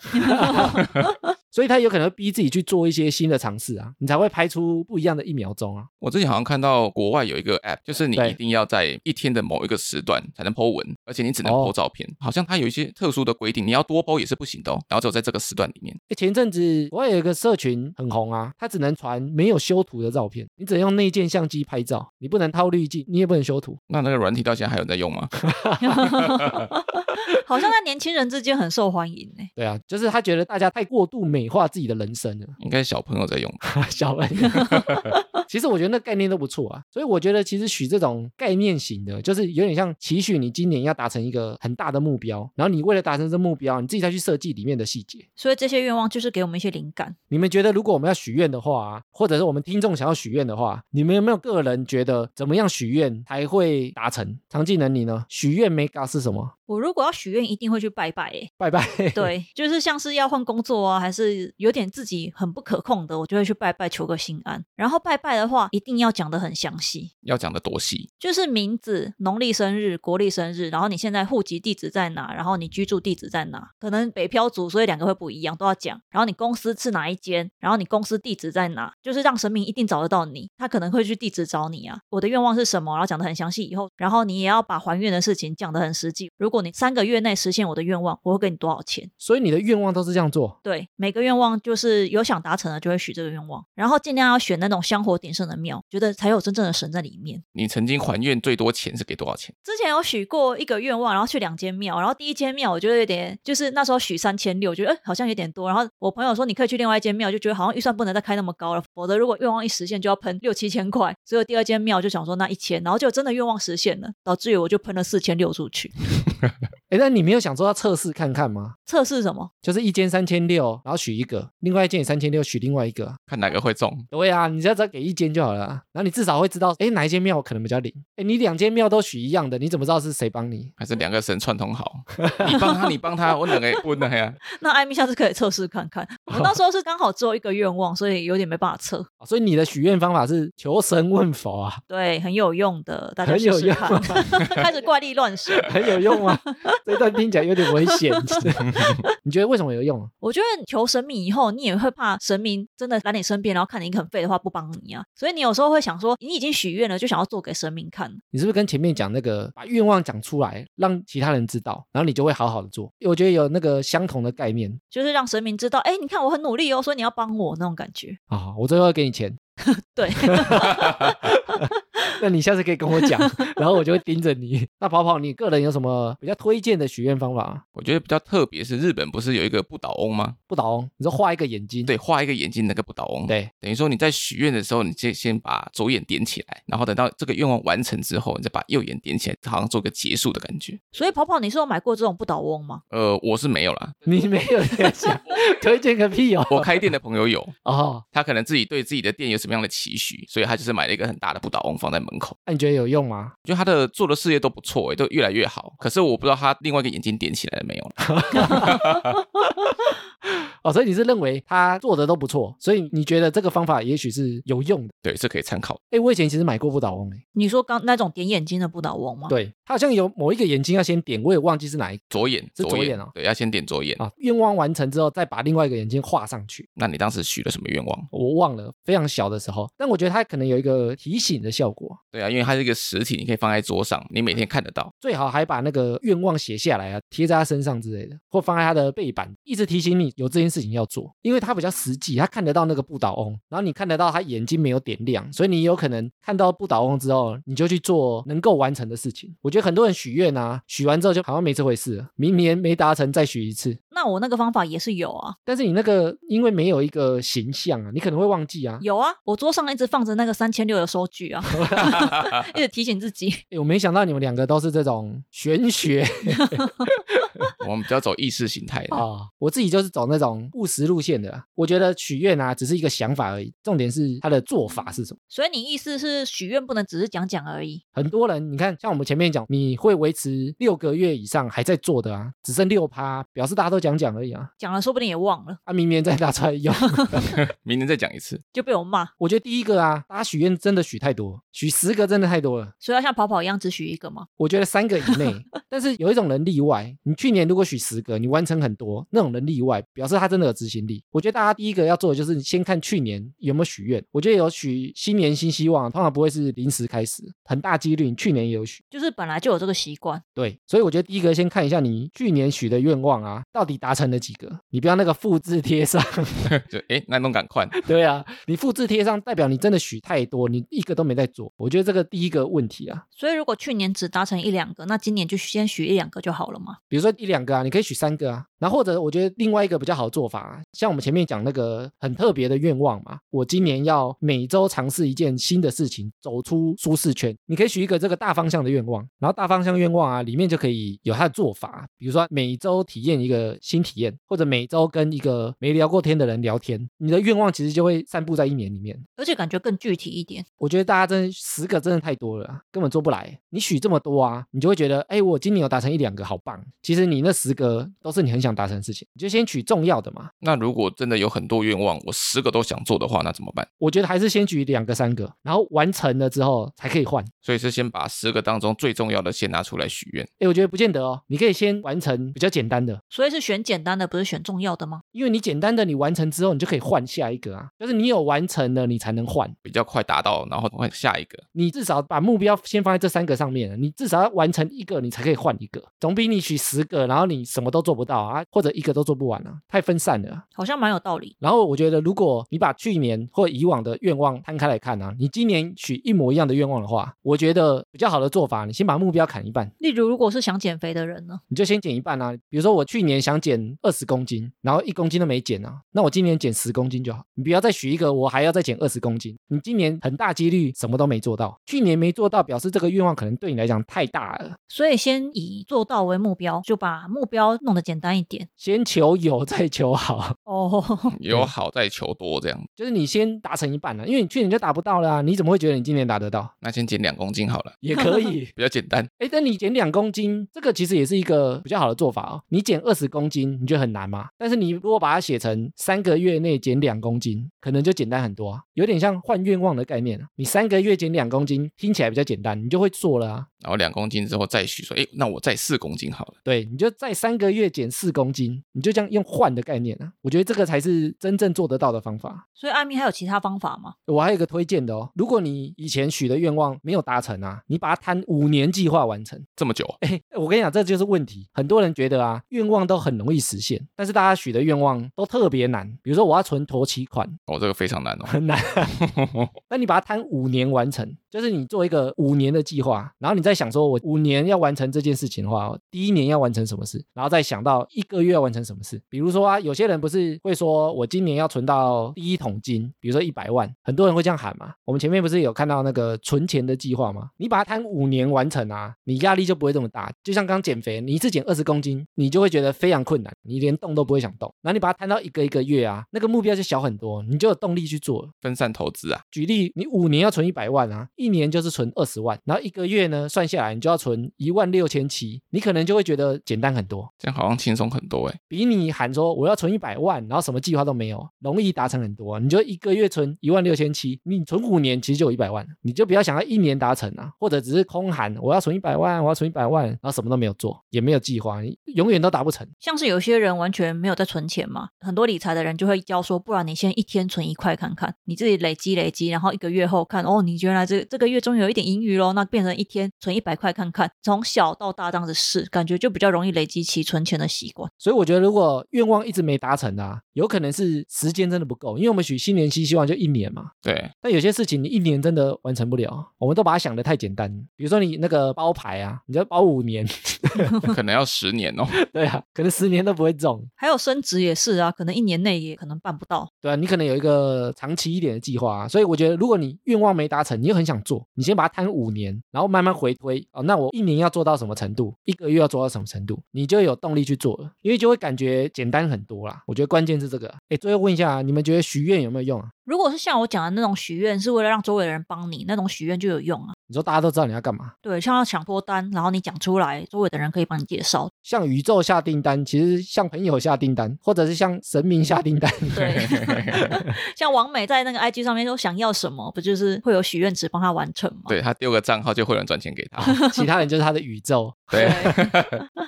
所以他有可能会逼自己去做一些新的尝试啊，你才会拍出不一样的一秒钟啊。我之前好像看到国外有一个 app，就是你对一定要在一天的某一个时段才能 po 文，而且你只能哦 po 照片，好像它有一些特殊的规定，你要多 po 也是不行的哦。然后只有在这个时段里面，诶前阵子我有一个社群很红啊，他只能传没有修图的照片，你只能用内建相机拍照，你不能套滤镜，你也不能修图。那那个软体到现在还有在用吗？好像在年轻人之间很受欢迎呢、对啊，就是他觉得大家太过度美化自己的人生了， 应该是小朋友在用吧。小恩。 其实我觉得那概念都不错啊，所以我觉得其实许这种概念型的，就是有点像期许你今年要达成一个很大的目标，然后你为了达成这目标，你自己再去设计里面的细节。所以这些愿望就是给我们一些灵感。你们觉得，如果我们要许愿的话、啊，或者是我们听众想要许愿的话，你们有没有个人觉得怎么样许愿才会达成？常技能你呢？许愿 mega 是什么？我如果要许愿，一定会去拜拜、欸。拜拜。 对，就是像是要换工作啊，还是有点自己很不可控的，我就会去拜拜求个心安。然后拜拜的话，一定要讲得很详细，要讲的多细，就是名字、农历生日、国历生日，然后你现在户籍地址在哪，然后你居住地址在哪，可能北漂族，所以两个会不一样，都要讲。然后你公司是哪一间，然后你公司地址在哪，就是让神明一定找得到你，他可能会去地址找你啊。我的愿望是什么，然后讲得很详细以后，然后你也要把还愿的事情讲得很实际。如果你三个月内实现我的愿望，我会给你多少钱？所以你的愿望都是这样做。对，每个愿望就是有想达成的就会许这个愿望，然后尽量要选那种香火鼎盛的庙，觉得才有真正的神在里面。你曾经还愿最多钱是给多少钱？之前有许过一个愿望，然后去两间庙，然后第一间庙我觉得有点，就是那时候许三千六，我觉得、哎好像有点多。然后我朋友说你可以去另外一间庙，就觉得好像预算不能再开那么高了，否则如果愿望一实现就要喷六七千块。所以我第二间庙就想说那一千，然后就真的愿望实现了，导致于我就喷了四千六出去。哎，但你没有想说要测试看看吗？测试什么？就是一间三千六，然后许一个，另外一间也三千六，许另外一个啊。看哪个会中。对啊，你只要只要给一间就好了啊，然后你至少会知道，哎，哪一间庙可能比较灵。哎，你两间庙都许一样的，你怎么知道是谁帮你？还是两个神串通好，你帮他，你帮他，我两个分了呀。那艾米下次可以测试看看。我那时候是刚好只有一个愿望，所以有点没办法测。啊所以你的许愿方法是求神问佛啊，对，很有用的，大家很试有试用啊看。 开始怪力乱神。 很有用吗？这段听起来有点危险。你觉得为什么有用啊？我觉得求神明以后，你也会怕神明真的来你身边，然后看你很废的话不帮你啊。所以你有时候会想说，你已经许愿了，就想要做给神明看。你是不是跟前面讲那个把愿望讲出来，让其他人知道，然后你就会好好的做？我觉得有那个相同的概念就是让神明知道，哎、你看我很努力哦，所以你要帮我那种感觉。啊、我最后会给你钱，对， 那你下次可以跟我 讲，然后我就会盯着你。那跑跑，你个人有什么比较推荐的许愿方法吗？我觉得比较特别是日本不是有一个不倒翁吗？不倒翁，你说画一个眼睛，对，画一个眼睛那个不倒翁。，对等于说你在许愿的时候，你先先把左眼点起来，然后等到这个愿望完成之后，你再把右眼点起来，好像做个结束的感觉。所以跑跑，你是有买过这种不倒翁吗？呃，我是没有啦，你没有这样 讲，推荐个屁哦！我开店的朋友有，哦，他可能自己对自己的店有什么样的期许，所以他就是买了一个很大的不倒翁放在门口。那、你觉得有用吗？我觉得他的做的事业都不错，哎，都越来越好。可是我不知道他另外一个眼睛点起来了没有。哦，所以你是认为他做的都不错，所以你觉得这个方法也许是有用的。对，这可以参考。哎，我以前其实买过不倒翁诶，你说刚那种点眼睛的不倒翁吗？，对，它好像有某一个眼睛要先点，我也忘记是哪一个左眼，是左眼眼哦对，要先点左眼。啊。愿望完成之后，再把另外一个眼睛画上去。那你当时许了什么愿望？我忘了，非常小的时候，但我觉得它可能有一个提醒的效果，对啊，因为它是一个实体，你可以放在桌上，你每天看得到。最好还把那个愿望写下来啊，贴在他身上之类的，或放在他的背板，一直提醒你有这件事情要做，因为它比较实际，他看得到那个不倒翁，然后你看得到他眼睛没有点亮，所以你有可能看到不倒翁之后，你就去做能够完成的事情。我觉得很多人许愿啊，许完之后就好像没这回事了，明年没达成再许一次。那我那个方法也是有啊，但是你那个因为没有一个形象啊，你可能会忘记啊。有啊，我桌上一直放着那个三千六的收据啊，一直提醒自己。 诶我没想到你们两个都是这种玄学我们比较走意识形态的啊、，我自己就是走那种务实路线的啊。我觉得许愿啊，只是一个想法而已，重点是他的做法是什么。所以你意思是许愿不能只是讲讲而已？很多人，你看，像我们前面讲，你会维持六个月以上还在做的啊，只剩六趴，表示大家都讲讲而已啊，讲了说不定也忘了，啊，明年再拿出来用。 明天再讲一次。就被我骂。我觉得第一个啊，大家许愿真的许太多，许十个真的太多了。所以要像跑跑一样只许一个吗？我觉得三个以内，但是有一种人例外。你去年如果许十个，你完成很多，那种人例外，表示他真的有执行力。我觉得大家第一个要做的就是先看去年有没有许愿。我觉得有许新年新希望，通常不会是临时开始，很大几率你去年也有许。就是本来就有这个习惯，对，所以我觉得第一个先看一下你去年许的愿望啊，到底达成了几个？你不要那个复制贴上。 就哎，那弄赶快。对啊，你复制贴上代表你真的许太多，你一个都没在做。我觉得这个第一个问题啊，所以如果去年只达成一两个，那今年就先许一两个就好了嘛。比如说一两个啊，你可以许三个啊，然后或者我觉得另外一个比较好的做法、啊，像我们前面讲那个很特别的愿望嘛，我今年要每周尝试一件新的事情，走出舒适圈。你可以许一个这个大方向的愿望，然后大方向愿望啊里面就可以有它的做法，比如说每周体验一个新体验，或者每周跟一个没聊过天的人聊天，你的愿望其实就会散布在一年里面。而且感觉更具体一点，我觉得大家真的十个真的太多了啊，根本做不来。你许这么多啊，你就会觉得，哎，我今年有达成一两个，好棒。其实你那十个都是你很想想达成的事情，你就先取重要的嘛。那如果真的有很多愿望，我十个都想做的话，那怎么办？我觉得还是先取两个、三个，然后完成了之后才可以换。所以是先把十个当中最重要的先拿出来许愿。哎，我觉得不见得哦，你可以先完成比较简单的，所以是选简单的，不是选重要的吗？因为你简单的你完成之后，你就可以换下一个啊。就是你有完成了，你才能换。比较快达到，然后换下一个。你至少把目标先放在这三个上面，你至少要完成一个，你才可以换一个，总比你取十个，然后你什么都做不到啊，或者一个都做不完啊，太分散了啊。好像蛮有道理。然后我觉得，如果你把去年或以往的愿望摊开来看啊，你今年取一模一样的愿望的话，我觉得比较好的做法，你先把目标砍一半，例如，如果是想减肥的人呢？你就先减一半啊。比如说我去年想减二十公斤，然后一公斤都没减啊，那我今年减十公斤就好。你不要再许一个我还要再减二十公斤，你今年很大几率什么都没做到。去年没做到，表示这个愿望可能对你来讲太大了。所以先以做到为目标，就把目标弄得简单一点。先求有，再求好， 哦， 有好再求多这样，就是你先达成一半了、因为你去年就达不到了、啊，你怎么会觉得你今年达得到？那先减两公斤好了，也可以，比较简单。哎，但你减两公斤，这个其实也是一个比较好的做法哦。你减二十公斤，你觉得很难吗？但是你如果把它写成三个月内减两公斤，可能就简单很多啊，有点像换愿望的概念啊。你三个月减两公斤，听起来比较简单，你就会做了啊。然后两公斤之后再许说，哎，那我再四公斤好了。对，你就在三个月减四公斤，你就这样用换的概念啊。我觉得这个才是真正做得到的方法。所以艾米还有其他方法吗？我还有一个推荐的哦，如果你以前许的愿望没有达成啊，你把它摊五年计划完成。这么久，哎，我跟你讲，这就是问题。很多人觉得啊，愿望都很容易实现，但是大家许的愿望都特别难。比如说，我要存头期款，哦，这个非常难哦。很难。那你把它摊五年完成，就是你做一个五年的计划，然后你再想说，我五年要完成这件事情的话，我第一年要完成什么事，然后再想到一个月要完成什么事。比如说啊，有些人不是会说我今年要存到第一桶金，比如说一百万，很多人会这样喊嘛。我们前面不是有看到那个存钱的计划吗？你把它摊五年完成啊，你压力就不会这么大。就像刚减肥，你一次减二十公斤，你就会觉得非常困难，你连动都不会想动。然后你把它摊到一个一个月啊，那个目标就小很多，你就有动力去做了。分散投资啊，举例，你五年要存一百万啊，一年就是存二十万，然后一个月呢，算下来你就要存一万六千七，你可能就会觉得简单很多，这样好像轻松很多哎。比你喊说我要存一百万，然后什么计划都没有，容易达成很多。啊你就一个月存一万六千七，你存五年其实就有一百万，你就不要想要一年达成啊，或者只是空喊我要存一百万，我要存一百万，然后什么都没有做，也没有计划，你永远都达不成。像是有些人完全没有在存钱嘛，很多理财的人就会教说，不然你先一天存一块看看，你自己累积累积，然后一个月后看，哦，你原来这这个月终于有一点盈余咯，那变成一天存一百块看看，从小到大这样子试，感觉就比较容易累积起存钱的习惯。所以我觉得，如果愿望一直没达成啊，有可能是时间真的不够，因为我们许新年新希望就一年嘛，对，但有些事情你一年真的完成不了，我们都把它想得太简单。比如说你那个包牌啊，你要包五年， 可能要十年哦。对啊，可能十年都不会中，还有升职也是啊，可能一年内也可能办不到。对啊，你可能有一个长期一点的计划啊。所以我觉得，如果你愿望没达成，你又很想做，你先把它摊五年，然后慢慢回推哦。那我一年要做到什么程度，一个月要做到什么程度，你就有动力去做了，因为就会感觉简单很多啦。我觉得关键是这个。哎，最后问一下啊，你们觉得许愿有没有用啊？如果是像我讲的那种许愿，是为了让周围的人帮你，那种许愿就有用啊。你说大家都知道你要干嘛，对，像要抢脱单，然后你讲出来，周围的人可以帮你介绍。向宇宙下订单，其实向朋友下订单，或者是向神明下订单。对， 像王美在那个 IG 上面说想要什么，不就是会有许愿池帮他完成吗？ 对他丢个账号就会有人转钱给他。其他人就是他的宇宙。对，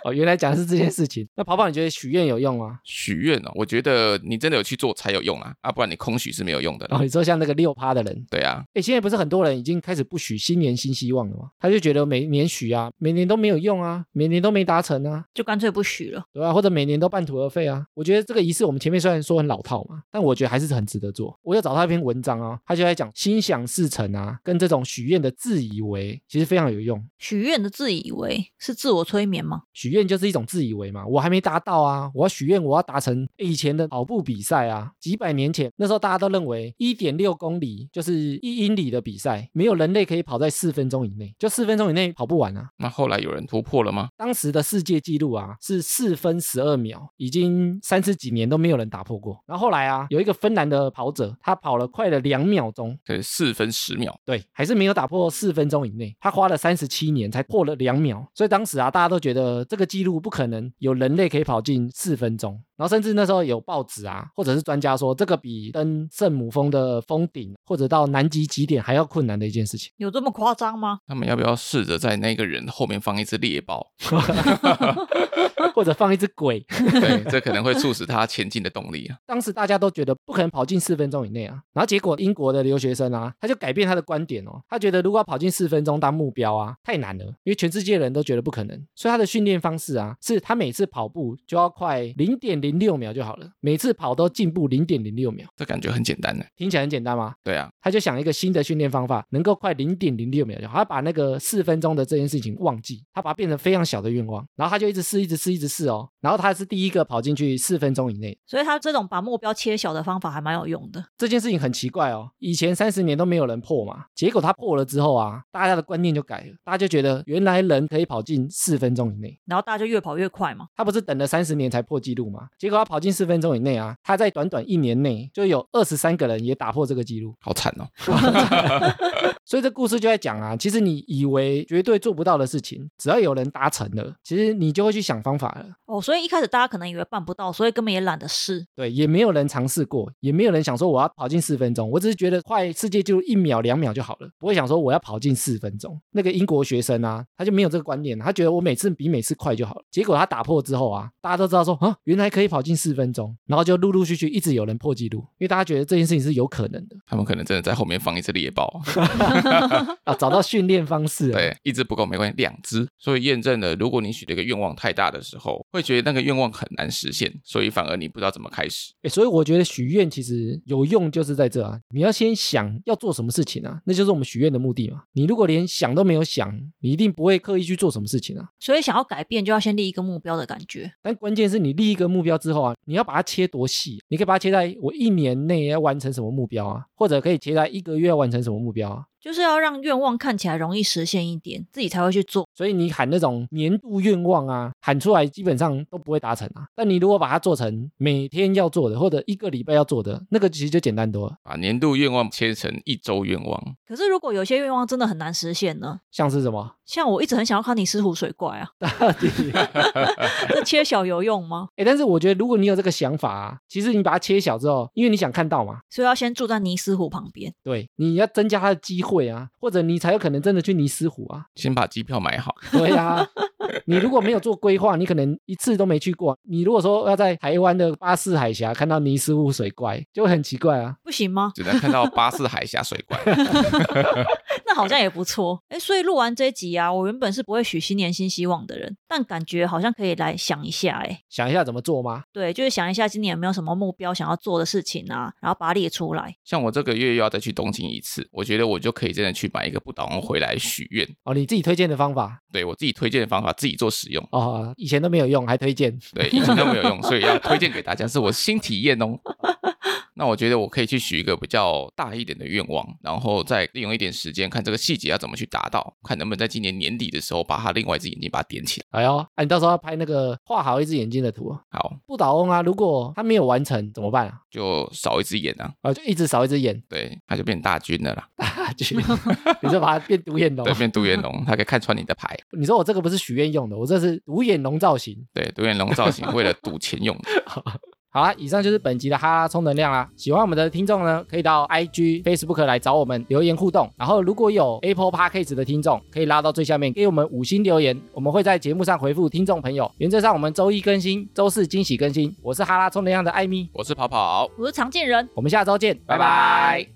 哦，原来讲的是这件事情。那跑跑，你觉得许愿有用吗？许愿哦，我觉得你真的有去做才有用啊，啊，不然你空许是没有用的啦。哦，你说像那个六趴的人，对啊，哎，现在不是很多人已经开始不许新年新希望了吗？他就觉得每年许啊，每年都没有用啊，每年都没达成啊，就干脆不许了。对吧、或者每年都半途而废啊。我觉得这个仪式，我们前面虽然说很老套嘛，但我觉得还是很值得做。我有找到一篇文章啊，他就在讲心想事成啊，跟这种许愿的自以为，其实非常有用。许愿的自以为是自我催眠吗？许愿就是一种自以为嘛，我还没达到啊，我要许愿，我要达成以前的跑步比赛啊，几百年前那时候大家都认为为一点六公里就是一英里的比赛，没有人类可以跑在四分钟以内，就四分钟以内跑不完啊。那后来有人突破了吗？当时的世界纪录啊是四分十二秒，已经三十几年都没有人打破过。然后后来啊，有一个芬兰的跑者，他跑了快了两秒钟，对，四分十秒，对，还是没有打破四分钟以内，他花了三十七年才破了两秒。所以当时啊，大家都觉得这个纪录不可能有人类可以跑进四分钟。然后甚至那时候有报纸啊，或者是专家说，这个比登圣母峰的峰顶或者到南极极点还要困难的一件事情。 有这么夸张吗？他们要不要试着在那个人后面放一只猎豹？或者放一只鬼。对，这可能会促使他前进的动力啊。当时大家都觉得不可能跑进四分钟以内啊，然后结果英国的留学生啊，他就改变他的观点哦，他觉得如果要跑进四分钟当目标啊，太难了，因为全世界人都觉得不可能，所以他的训练方式啊，是他每次跑步就要快零点零六秒就好了，每次跑都进步零点零六秒，这感觉很简单呢。听起来很简单吗？对啊，他就想一个新的训练方法，能够快零点零六秒就好。他把那个四分钟的这件事情忘记，他把它变成非常小的愿望，然后他就一直试，一直试，一直试哦。然后他是第一个跑进去四分钟以内，所以他这种把目标切小的方法还蛮有用的。这件事情很奇怪哦。以前三十年都没有人破嘛，结果他破了之后啊，大家的观念就改了，大家就觉得原来人可以跑进四分钟以内。然后大家就越跑越快嘛。他不是等了三十年才破纪录吗？结果他跑进四分钟以内啊，他在短短一年内就有二十三个人也打破这个纪录。好惨哦。所以这故事就在讲啊，其实你以为绝对做不到的事情，只要有人达成了，其实你就会去想方法了。哦，所以一开始大家可能以为办不到，所以根本也懒得试。对，也没有人尝试过，也没有人想说我要跑进四分钟，我只是觉得快世界纪录一秒两秒就好了，不会想说我要跑进四分钟。那个英国学生啊，他就没有这个观念，他觉得我每次比每次快就好了。结果他打破之后啊，大家都知道说啊，原来可以跑进四分钟，然后就陆陆续续一直有人破纪录，因为大家觉得这件事情是有可能的他们可能真的在后面放一只猎豹，啊，找到训练方式啊了。对，一只不够没关系，两只。所以验证了，如果你许的一个愿望太大的时候，会觉得那个愿望很难实现，所以反而你不知道怎么开始。欸，所以我觉得许愿其实有用，就是在这啊，你要先想要做什么事情啊，那就是我们许愿的目的嘛。你如果连想都没有想，你一定不会刻意去做什么事情啊。所以想要改变，就要先立一个目标的感觉。但关键是你立一个目标之后啊，你要把它切多细，啊你可以把它切在我一年内要完成什么目标啊，或者可以切在一个月要完成什么目标啊。就是要让愿望看起来容易实现一点，自己才会去做。所以你喊那种年度愿望啊，喊出来基本上都不会达成啊。但你如果把它做成每天要做的，或者一个礼拜要做的，那个其实就简单多了。把年度愿望切成一周愿望，可是如果有些愿望真的很难实现呢？像是什么？像我一直很想要看你吃湖水怪啊，到 底这切小有用吗？哎，但是我觉得如果你有这个想法啊，其实你把它切小之后，因为你想看到嘛，所以要先住在尼斯湖旁边。对，你要增加它的机会啊，或者你才有可能真的去尼斯湖啊。先把机票买好。 对啊，你如果没有做规划，你可能一次都没去过。你如果说要在台湾的巴士海峡看到尼斯湖水怪，就会很奇怪啊。不行吗？只能看到巴士海峡水怪，那好像也不错。哎，所以录完这一集啊，我原本是不会许新年新希望的人，但感觉好像可以来想一下。哎，想一下怎么做吗？对，就是想一下今年有没有什么目标想要做的事情啊，然后把它列出来。像我这个月又要再去东京一次，我觉得我就可以真的去买一个不倒翁回来许愿。哦，你自己推荐的方法对我自己推荐的方法，自己做使用，哦，以前都没有用，还推荐。对，以前都没有用，所以要推荐给大家，是我新体验哦。 那我觉得我可以去许一个比较大一点的愿望，然后再利用一点时间看这个细节要怎么去达到，看能不能在今年年底的时候把它另外一只眼睛把它点起来。哎呦，啊，你到时候要拍那个画好一只眼睛的图哦。好，不倒翁啊，如果它没有完成怎么办啊？就少一只眼啊，啊，就一直少一只眼， 对，它就变大军了啦，大去，你就把它变独眼龙对，。变独眼龙，它可以看穿你的牌，你说我这个不是许愿用的，我这是独眼龙造型。对，独眼龙造型为了赌钱用的。好啦，以上就是本集的哈拉充能量啦。喜欢我们的听众呢，可以到 IG、Facebook 来找我们留言互动。然后，如果有 Apple Podcast 的听众，可以拉到最下面给我们五星留言，我们会在节目上回复听众朋友。原则上，我们周一更新，周四惊喜更新。我是哈拉充能量的艾米，我是跑跑，我是常见人，我们下周见，拜拜拜拜